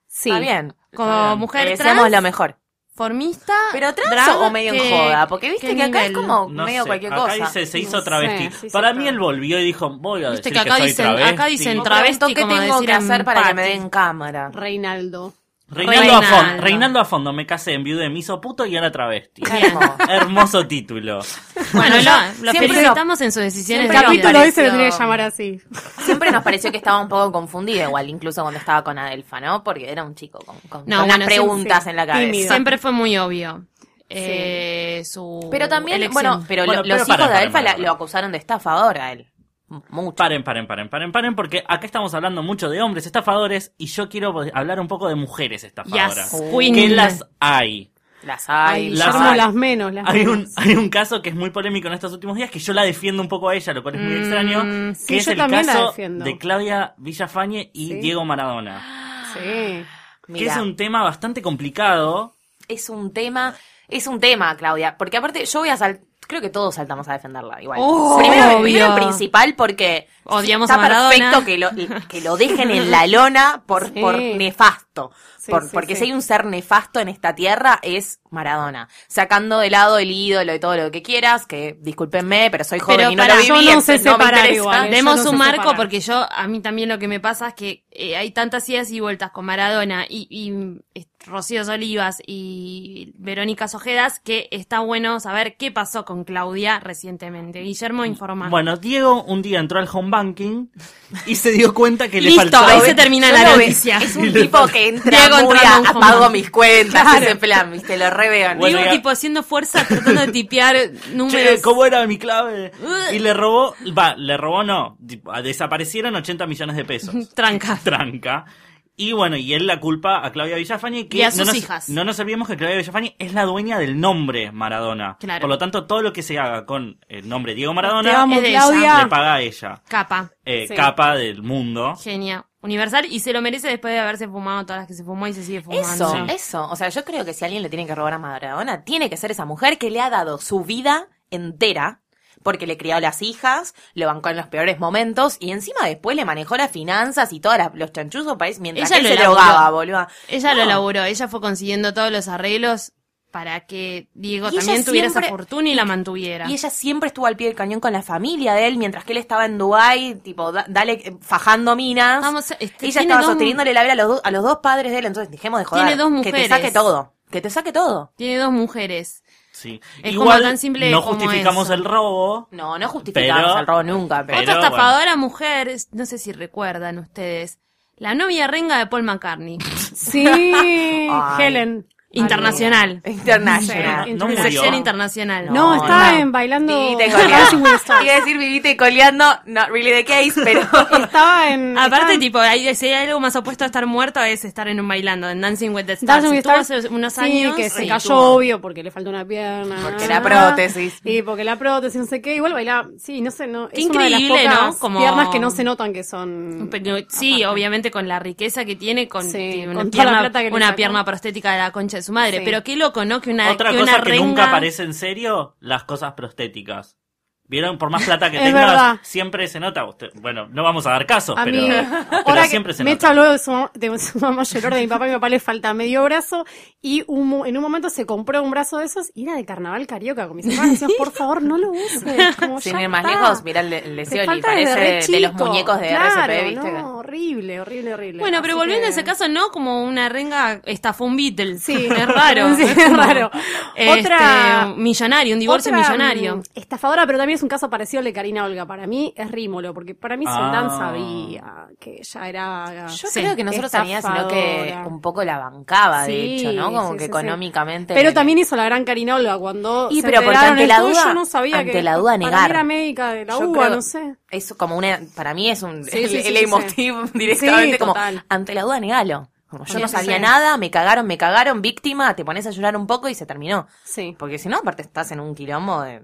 S6: Sí.
S4: Está bien.
S1: Como
S5: Está bien.
S1: mujer
S4: Le
S1: trans,
S4: deseamos lo mejor.
S1: formista.
S4: Pero trans
S1: drag,
S4: o medio
S1: ¿qué-
S4: en joda, porque viste
S1: qué
S4: que acá es
S1: nivel?
S4: como
S5: No
S4: medio
S5: sé,
S4: cualquier
S5: acá
S4: cosa.
S5: dice, se hizo
S6: No
S5: travesti.
S6: sé, se hizo
S5: Para mí
S6: travesti.
S5: él volvió y dijo, voy a
S1: Viste
S5: decir
S1: que
S5: que,
S1: acá
S5: soy
S1: dicen-
S5: travesti.
S1: acá dicen
S4: Me
S1: tra- Travesti,
S4: preguntó, ¿Qué
S1: como
S4: tengo que
S1: decían
S4: hacer para que me
S1: party.
S4: den cámara?
S6: Reinaldo.
S5: Reinaldo a
S1: Reinaldo.
S5: fondo, Reinaldo a fondo, me casé en viudo de miso puto y ahora travesti.
S4: Hermoso.
S5: Hermoso título.
S1: Bueno, lo, lo
S4: Siempre
S1: felicitamos en sus decisiones
S6: El
S4: Siempre
S1: de vida.
S6: capítulo
S4: apareció-
S6: ese lo tendría que llamar así.
S4: Siempre nos pareció que estaba un poco confundido, igual, incluso cuando estaba con Adelfa, ¿no? Porque era un chico con, con,
S1: No, bueno,
S4: con las
S1: sí,
S4: preguntas
S6: sí.
S4: en la cabeza.
S6: Tímido.
S1: Siempre fue muy obvio. eh, su
S4: Pero también,
S1: elección.
S4: bueno, pero lo-
S5: Bueno, pero
S4: los
S5: para,
S4: hijos de
S5: para,
S4: Adelfa
S5: para,
S4: la-
S5: para.
S4: lo acusaron de estafador a él. M- Mucho.
S5: Paren, paren, paren, paren, paren, porque acá estamos hablando mucho de hombres estafadores y yo quiero hablar un poco de mujeres estafadoras.
S1: Yes,
S4: Oh.
S1: Queen.
S5: Que las hay.
S4: Las hay,
S5: las
S6: las,
S5: hay.
S6: las menos. Las
S5: Hay
S6: menos.
S5: un, hay un caso que es muy polémico en estos últimos días que yo la defiendo un poco a ella, lo cual es muy extraño.
S6: Mm, sí,
S5: Que es
S6: yo
S5: el
S6: también la
S5: caso
S6: defiendo.
S5: de Claudia Villafañe y
S6: Sí.
S5: Diego Maradona.
S6: Sí.
S4: Mira,
S5: Que es un tema bastante complicado.
S4: tema, es un tema, Claudia, porque aparte yo voy a sal creo que todos saltamos a defenderla igual.
S1: Oh,
S4: primero,
S1: obvio.
S4: primero en principal porque
S1: Odiamos
S4: está
S1: a Maradona.
S4: perfecto que lo, que lo dejen en la lona por,
S6: Sí.
S4: por nefasto.
S6: Sí,
S4: Por-
S6: sí,
S4: porque
S6: sí.
S4: si hay un ser nefasto en esta tierra es Maradona. Sacando de lado el ídolo y todo lo que quieras, que discúlpenme, pero soy joven
S1: Pero
S4: y no
S1: pará,
S4: lo viví,
S1: yo
S6: no
S4: entonces
S6: sé
S4: me
S6: separar
S4: interesa.
S6: igual, ¿eh?
S1: Demos
S6: Yo no
S1: un
S6: sé
S1: marco
S6: separar.
S1: porque yo, a mí también lo que me pasa es que eh, hay tantas idas y vueltas con Maradona y, y eh, Rocío Olivas y Verónica Sojedas que está bueno saber qué pasó con Claudia recientemente. Guillermo informa.
S5: Bueno, Diego un día entró al home banking y se dio cuenta que le
S1: Listo,
S5: faltaba.
S1: ahí se termina
S4: Yo
S1: la
S4: lo ve-
S1: noticia.
S4: Es un tipo que entra
S1: Diego
S4: muy
S1: entrando
S4: a,
S1: a un home
S4: apago
S1: bank.
S4: mis cuentas, ese plan, viste, lo reveo.
S5: Bueno,
S1: Digo,
S5: ya-
S1: tipo, haciendo fuerza, tratando de tipear números.
S5: Che, ¿cómo era mi clave?
S1: Uh.
S5: Y le robó, va, le robó no, tipo, desaparecieron 80 millones de pesos.
S1: Tranca.
S5: Tranca. Y bueno, y él la culpa a Claudia Villafañe. Que
S1: Y a sus
S5: no nos,
S1: hijas.
S5: No nos olvidemos que Claudia Villafañe es la dueña del nombre Maradona.
S1: Claro.
S5: Por lo tanto, todo lo que se haga con el nombre Diego Maradona
S6: Te amo,
S1: es de
S6: Claudia.
S5: le paga a ella.
S1: Capa.
S5: Eh,
S6: Sí.
S5: Capa del mundo.
S1: Genia. Universal y se lo merece después de haberse fumado todas las que se fumó y se sigue fumando.
S4: Eso,
S5: Sí.
S4: eso. O sea, yo creo que si alguien le tiene que robar a Maradona, tiene que ser esa mujer que le ha dado su vida entera, porque le crió a las hijas, le bancó en los peores momentos y encima después le manejó las finanzas y todos los chanchuzos país mientras
S1: Ella
S4: él
S1: lo
S4: se
S1: laburó.
S4: drogaba, boludo.
S1: Ella lo
S4: No.
S1: laburó, ella fue consiguiendo todos los arreglos para que Diego
S4: Y ella
S1: también tuviera esa
S4: siempre-
S1: fortuna y, la mantuviera.
S4: Y ella siempre estuvo al pie del cañón con la familia de él, mientras que él estaba en Dubái, tipo, da- dale, eh, fajando minas.
S1: Vamos, este,
S4: ella
S1: tiene
S4: estaba
S1: dos-
S4: sosteniéndole la vida a los, do- a los dos padres de él, entonces dejemos de joder.
S1: Tiene dos
S4: Que
S1: mujeres.
S4: te saque todo. Que te saque todo.
S1: Tiene dos mujeres.
S5: Sí.
S1: Es
S5: Igual
S1: como tan simple
S5: no
S1: como
S5: justificamos
S1: eso.
S5: el robo.
S4: No, no justificamos
S5: Pero-
S4: el robo nunca, pero...
S1: Otra
S5: Pero,
S1: estafadora mujer, es- no sé si recuerdan ustedes, la novia renga de Paul McCartney,
S6: Sí,
S4: Ay.
S6: Helen.
S1: internacional.
S4: Internacional.
S5: No
S6: Sí, internacional.
S5: murió.
S1: Sección internacional.
S6: No,
S4: No,
S6: está
S4: no.
S6: en bailando.
S4: Vivita y
S6: Dancing with
S4: coleando.
S6: Stars.
S4: Iba a decir vivita y coleando, not really the case, pero...
S6: Estaba en. estaba
S1: Aparte,
S6: en-
S1: tipo, ahí, si hay algo más opuesto a estar muerto es estar en un bailando, en Dancing with the Stars.
S6: Dancing with
S1: Estuvo
S6: Stars.
S1: hace unos
S6: Sí,
S1: años.
S6: que se
S1: y
S6: cayó
S1: estuvo-
S6: obvio porque le faltó una pierna.
S4: Porque era Ah. prótesis.
S6: Y porque la prótesis, no sé qué. Igual bailaba. Sí, no sé, no.
S1: Qué
S6: es una de las
S1: increíble,
S6: pocas
S1: ¿no? Como-
S6: piernas que no se notan que son.
S1: Pero sí, obviamente con la riqueza que tiene, con,
S6: Mm, Sí,
S1: tiene una,
S6: con toda la
S1: pierna,
S6: plata que le
S1: una
S6: sacó.
S1: pierna prostética de la concha de su madre.
S6: Sí.
S1: Pero qué loco, ¿no? Que una,
S5: Otra
S1: que
S5: cosa
S1: una
S5: que
S1: renga-
S5: nunca aparece en serio, las cosas prostéticas. ¿Vieron? Por más plata que
S6: Es
S5: tengas,
S6: verdad.
S5: siempre se nota. Usted, bueno, no vamos a dar casos,
S6: A
S5: pero,
S6: mí,
S5: pero
S6: ahora que
S5: siempre se
S6: Mecha
S5: nota.
S6: habló de su, mam- de su mamá lloró de mi papá, y mi papá le falta medio brazo y un mo- en un momento se compró un brazo de esos y era de carnaval carioca con mis hermanos. Decían, por favor, no lo uses. Como,
S4: Sin
S6: ya
S4: ir más
S6: está.
S4: lejos, mirá el, el de
S6: Te
S4: Scioli,
S6: falta desde
S4: parece
S6: re
S4: de, de los
S6: chico.
S4: muñecos de
S6: Claro,
S4: RCP, ¿viste?
S6: No, horrible, horrible, horrible.
S1: Bueno, pero
S6: Así
S1: volviendo
S6: que-
S1: a ese caso, ¿no? Como una renga estafó un Beatle.
S6: Sí.
S1: Es raro.
S6: Sí, es
S1: como,
S6: raro.
S1: este,
S6: Otra-
S1: Millonario, un divorcio
S6: Otra,
S1: millonario.
S6: mm, Estafadora, pero también es un caso parecido al de Karina Olga. Para mí es Rímolo, porque para mí Soldán
S5: Ah.
S6: sabía que ella era.
S4: Yo
S1: Sí,
S4: creo que no solo sabía, sino que
S6: estafadora.
S4: un poco la bancaba, de
S6: Sí,
S4: hecho, ¿no? Como
S6: sí,
S4: que
S6: sí, sí.
S4: económicamente...
S6: Pero
S4: le-
S6: también hizo la gran Karina Olga cuando.
S4: Y
S6: se
S4: pero porque
S6: enteraron
S4: ante
S6: el
S4: la
S6: tuyo,
S4: duda-
S6: yo no sabía
S4: ante
S6: que.
S4: la duda,
S6: para mí
S4: negar.
S6: era médica de la
S4: Yo
S6: UBA,
S4: creo-
S6: no sé.
S4: Es como una... Para mí es un...
S6: Sí, sí, sí,
S4: el
S6: sí,
S4: leitmotiv directamente,
S6: Sí,
S4: como...
S6: total.
S4: Ante la duda, negalo. Como yo
S6: Sí,
S4: no
S6: sí,
S4: sabía
S6: sí.
S4: nada, me cagaron, me cagaron, víctima, te pones a llorar un poco y se terminó.
S6: Sí.
S4: Porque si no, aparte estás en un quilombo de-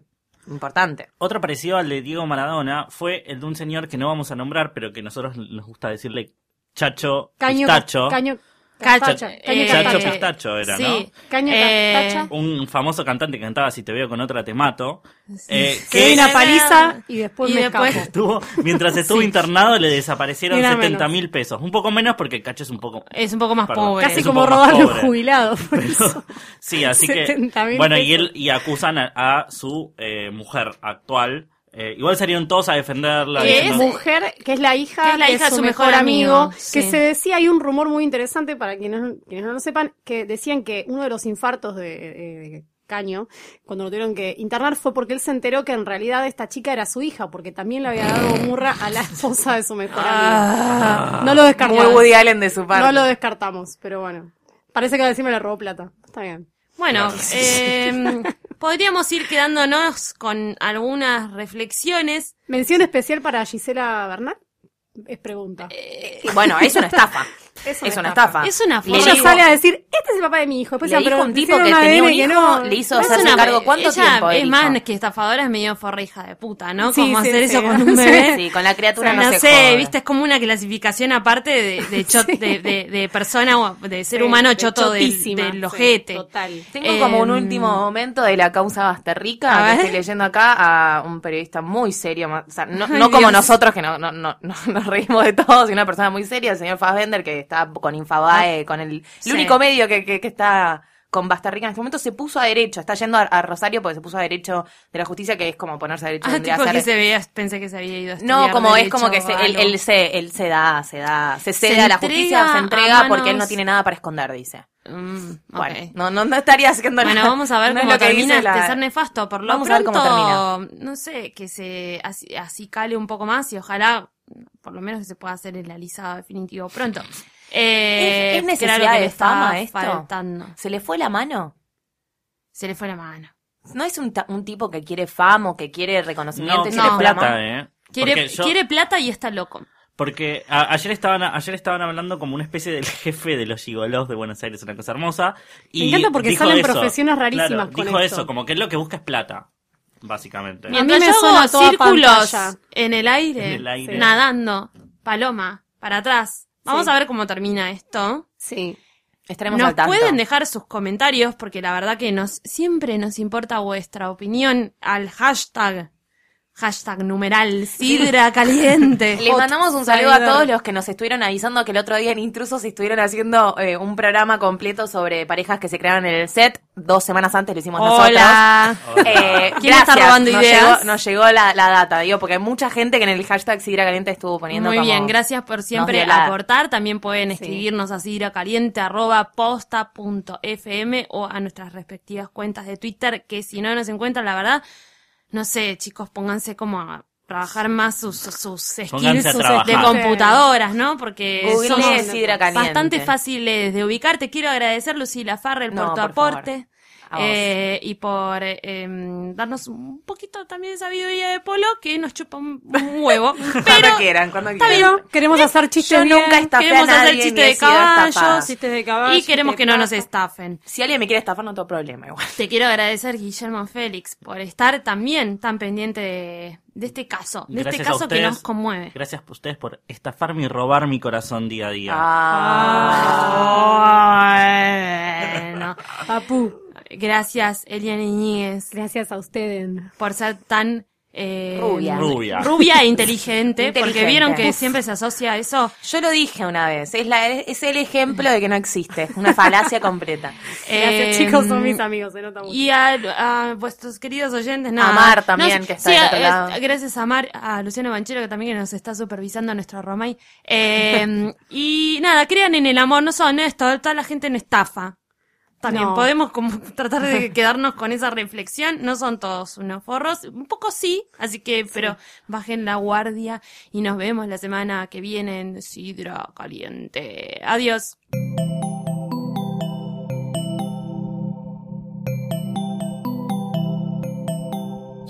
S4: importante.
S5: Otro parecido al de Diego Maradona fue el de un señor que no vamos a nombrar, pero que nosotros nos gusta decirle Chacho
S6: Caño.
S5: Pistacho.
S6: Caño.
S1: Cacho.
S6: Castacha, Caño
S1: Eh,
S5: Chacho
S6: Castacha.
S5: Pistacho era,
S1: sí.
S5: ¿no?
S6: Caño
S1: Eh,
S6: Castacha.
S5: Un famoso cantante que cantaba Si te veo con otra te mato. Eh,
S6: Que doy
S5: que
S6: una paliza y después
S1: Y
S6: me
S1: después-
S6: escapo.
S5: estuvo, mientras estuvo internado le desaparecieron
S6: Era
S5: 70 mil pesos. Un poco menos porque el cacho es un poco...
S1: Es un poco más
S5: Perdón.
S1: pobre.
S6: Casi
S5: es un
S6: como
S5: poco más
S6: robar los
S5: pobre.
S6: jubilados. por eso.
S5: Sí, así que...
S6: 70.000
S5: Bueno, y
S6: pesos.
S5: él y acusan a, a su eh, mujer actual. Eh, igual salieron todos a defenderla.
S1: Que
S6: que es
S5: diciendo-
S6: mujer, que es la hija,
S1: Que es la
S6: que
S1: hija de su mejor amigo, sí.
S6: Que se decía, hay un rumor muy interesante para quienes, quienes no lo sepan, que decían que uno de los infartos de, de- de Caño, cuando lo tuvieron que internar, fue porque él se enteró que en realidad esta chica era su hija, porque también le había dado murra a la esposa de su mejor amigo. No lo
S4: Muy
S6: descartamos.
S4: Woody Allen de su parte.
S6: No lo descartamos, pero bueno. Parece que encima le robó plata. Está bien.
S1: Bueno, eh, podríamos ir quedándonos con algunas reflexiones.
S6: Mención especial para Gisela Bernal. Es pregunta.
S4: Y bueno, es una estafa. es una estafa.
S1: Eh, Es una
S4: Le
S1: forma.
S6: Ella
S4: digo-
S6: sale a decir, este es el papá de mi hijo. Después
S4: Le
S6: se
S4: dijo un tipo
S6: hicieron
S4: que
S6: un
S4: tenía un
S6: ADN que
S4: hijo,
S6: no.
S4: le hizo
S6: No,
S1: Es
S4: hacerse
S1: una-
S4: cargo. ¿Cuánto
S1: ella
S4: tiempo él
S1: Es más
S4: hizo?
S1: que estafadora, es medio forrija de puta, ¿no?
S6: Sí,
S1: Como
S6: sí,
S1: hacer
S6: sí.
S1: eso con un bebé.
S4: Sí, con la criatura
S1: no,
S4: no, se
S1: sé,
S4: jode.
S1: viste, es como una clasificación aparte de, de, cho- de, de- de persona o de ser
S6: Sí,
S1: humano
S6: de
S1: choto del,
S6: chotísima,
S1: del
S6: sí,
S1: ojete.
S6: total.
S4: Tengo como un
S1: Em,
S4: último momento de la causa
S1: A
S4: Basterrica, que
S1: ver.
S4: estoy leyendo acá a un periodista muy serio, ma- o sea, no,
S1: Ay,
S4: no como
S1: Dios.
S4: nosotros que no, no, no, no- nos reímos de todos, sino una persona muy seria, el señor Fassbender, que está con Infabae, con el, el
S1: Sí.
S4: único medio que, que, que está con Basterrica en este momento, se puso a derecho, está yendo a, a Rosario porque se puso a derecho de la justicia, que es como ponerse a derecho.
S1: Ah,
S4: vendría a
S1: tipo que
S4: ser-
S1: se veía, pensé que se había ido a
S4: No,
S1: estudiar
S4: como es
S1: derecho
S4: como que se,
S1: o
S4: él,
S1: algo.
S4: él se, él se da, se da, se
S1: Se
S4: cede a la
S1: entrega
S4: justicia, se
S1: a
S4: entrega porque él no
S1: manos-
S4: tiene nada para esconder, dice.
S1: Mm, ok.
S4: Bueno, no, no, no estaría haciendo
S1: Bueno,
S4: nada.
S1: vamos a ver
S4: No es
S1: cómo
S4: lo que
S1: termina
S4: dice
S1: este
S4: la-
S1: ser nefasto. Por lo
S4: Vamos a ver
S1: pronto,
S4: cómo
S1: no sé, que se así, así cale un poco más y ojalá, por lo menos que se pueda hacer el alisado definitivo pronto. Eh,
S4: ¿Es- es
S1: que era
S4: necesidad
S1: lo que
S4: de
S1: le estaba
S4: fama esto?
S1: faltando.
S4: ¿Se le fue la mano?
S1: Se le fue la mano.
S4: ¿No es un, ta- un tipo que quiere fama o que quiere reconocimiento
S5: No,
S4: y se
S5: quiere
S4: le fue la mano?
S5: plata, ¿eh?
S1: Quiere,
S5: Porque yo-
S1: quiere plata y está loco.
S5: Porque a- ayer, estaban, ayer estaban hablando como una especie del jefe de los gigolos de Buenos Aires, una cosa hermosa. Y
S6: Me encanta porque
S5: dijo
S6: salen
S5: eso.
S6: profesiones rarísimas
S5: Claro,
S6: con
S5: dijo
S6: esto.
S5: eso, como que lo que busca es plata, básicamente.
S6: Mira,
S1: Mientras
S6: me
S1: yo
S6: suena
S1: hago
S6: toda
S1: círculos
S6: pantalla.
S1: en el aire,
S5: En el aire.
S1: nadando, paloma, para atrás. Vamos
S6: Sí.
S1: a ver cómo termina esto.
S6: Sí.
S4: Estaremos
S1: nos
S4: al tanto.
S1: pueden dejar sus comentarios porque la verdad que nos siempre nos importa vuestra opinión al hashtag hashtag numeral sidra caliente.
S4: Les
S1: Hot
S4: mandamos un saludo a
S1: cider.
S4: todos los que nos estuvieron avisando que el otro día en Intrusos estuvieron haciendo eh, un programa completo sobre parejas que se crearon en el set. Dos semanas antes lo hicimos nosotros.
S1: Hola.
S4: Eh,
S1: ¿Quién está
S4: gracias.
S1: robando
S4: nos
S1: ideas?
S4: Llegó, nos llegó la, la data, digo, porque hay mucha gente que en el hashtag Sidra Caliente estuvo poniendo
S1: Muy
S4: como-
S1: bien, gracias por siempre
S4: dio la-
S1: aportar. También pueden escribirnos a sidracaliente.posta.fm o a nuestras respectivas cuentas de Twitter, que si no nos encuentran, la verdad, no sé, chicos, pónganse como a trabajar más sus, sus- sus skills
S5: Pónganse a
S1: sus-
S5: trabajar.
S1: de computadoras, ¿no? Porque
S4: Google
S1: somos
S4: Sidra Caliente.
S1: bastante fáciles de ubicar. Te quiero agradecer, Lucila Farrell,
S4: No,
S1: por tu
S4: por favor.
S1: aporte.
S4: A vos.
S1: eh, y por eh, em, darnos un poquito también de sabiduría de polo que nos chupa un, un huevo.
S4: Cuando
S1: Pero
S4: quieran, cuando
S1: está
S4: quieran.
S1: bien.
S6: Queremos hacer chistes
S4: Yo
S6: bien.
S4: nunca estafé
S1: queremos
S4: a nadie
S1: hacer
S4: ni
S1: chistes
S4: he
S1: de
S4: sido estafada.
S1: caballos
S6: Chistes de
S5: Ah,
S6: caballo.
S1: y queremos
S6: chistes
S1: que no
S6: de
S1: nos
S6: paja.
S1: estafen.
S4: Si alguien me quiere estafar, no tengo problema igual.
S1: Te quiero agradecer, Guillermo Félix, por estar también tan pendiente de, de este caso, de
S5: Gracias
S1: este
S5: a
S1: caso que
S5: ustedes.
S1: nos conmueve.
S5: Gracias a ustedes por estafarme y robar mi corazón día a día.
S4: Ah,
S1: Ah. Bueno.
S6: Papu,
S1: Gracias, Eliana Iñiguez,
S6: gracias a ustedes.
S1: por ser tan eh,
S4: Rubia.
S5: Rubia.
S1: rubia e inteligente, porque
S4: Inteligente.
S1: vieron que
S4: Uf.
S1: siempre se asocia eso
S4: Yo lo dije una vez, es, la, es el ejemplo de que no existe, una falacia completa.
S6: Gracias,
S1: Em,
S6: chicos, son mis amigos, se nota mucho.
S1: Y a, a vuestros queridos oyentes, nada.
S4: A Mar también, que está
S1: sí,
S4: del otro
S1: eh,
S4: lado.
S1: Gracias a Mar, a Luciano Banchero, que también que nos está supervisando nuestro Romay. Eh, y nada, crean en el amor, no son esto, toda la gente no estafa. También
S6: No.
S1: podemos como tratar de quedarnos con esa reflexión. No son todos unos forros, un poco sí, así que, pero bajen la guardia y nos vemos la semana que viene en Sidra Caliente. Adiós.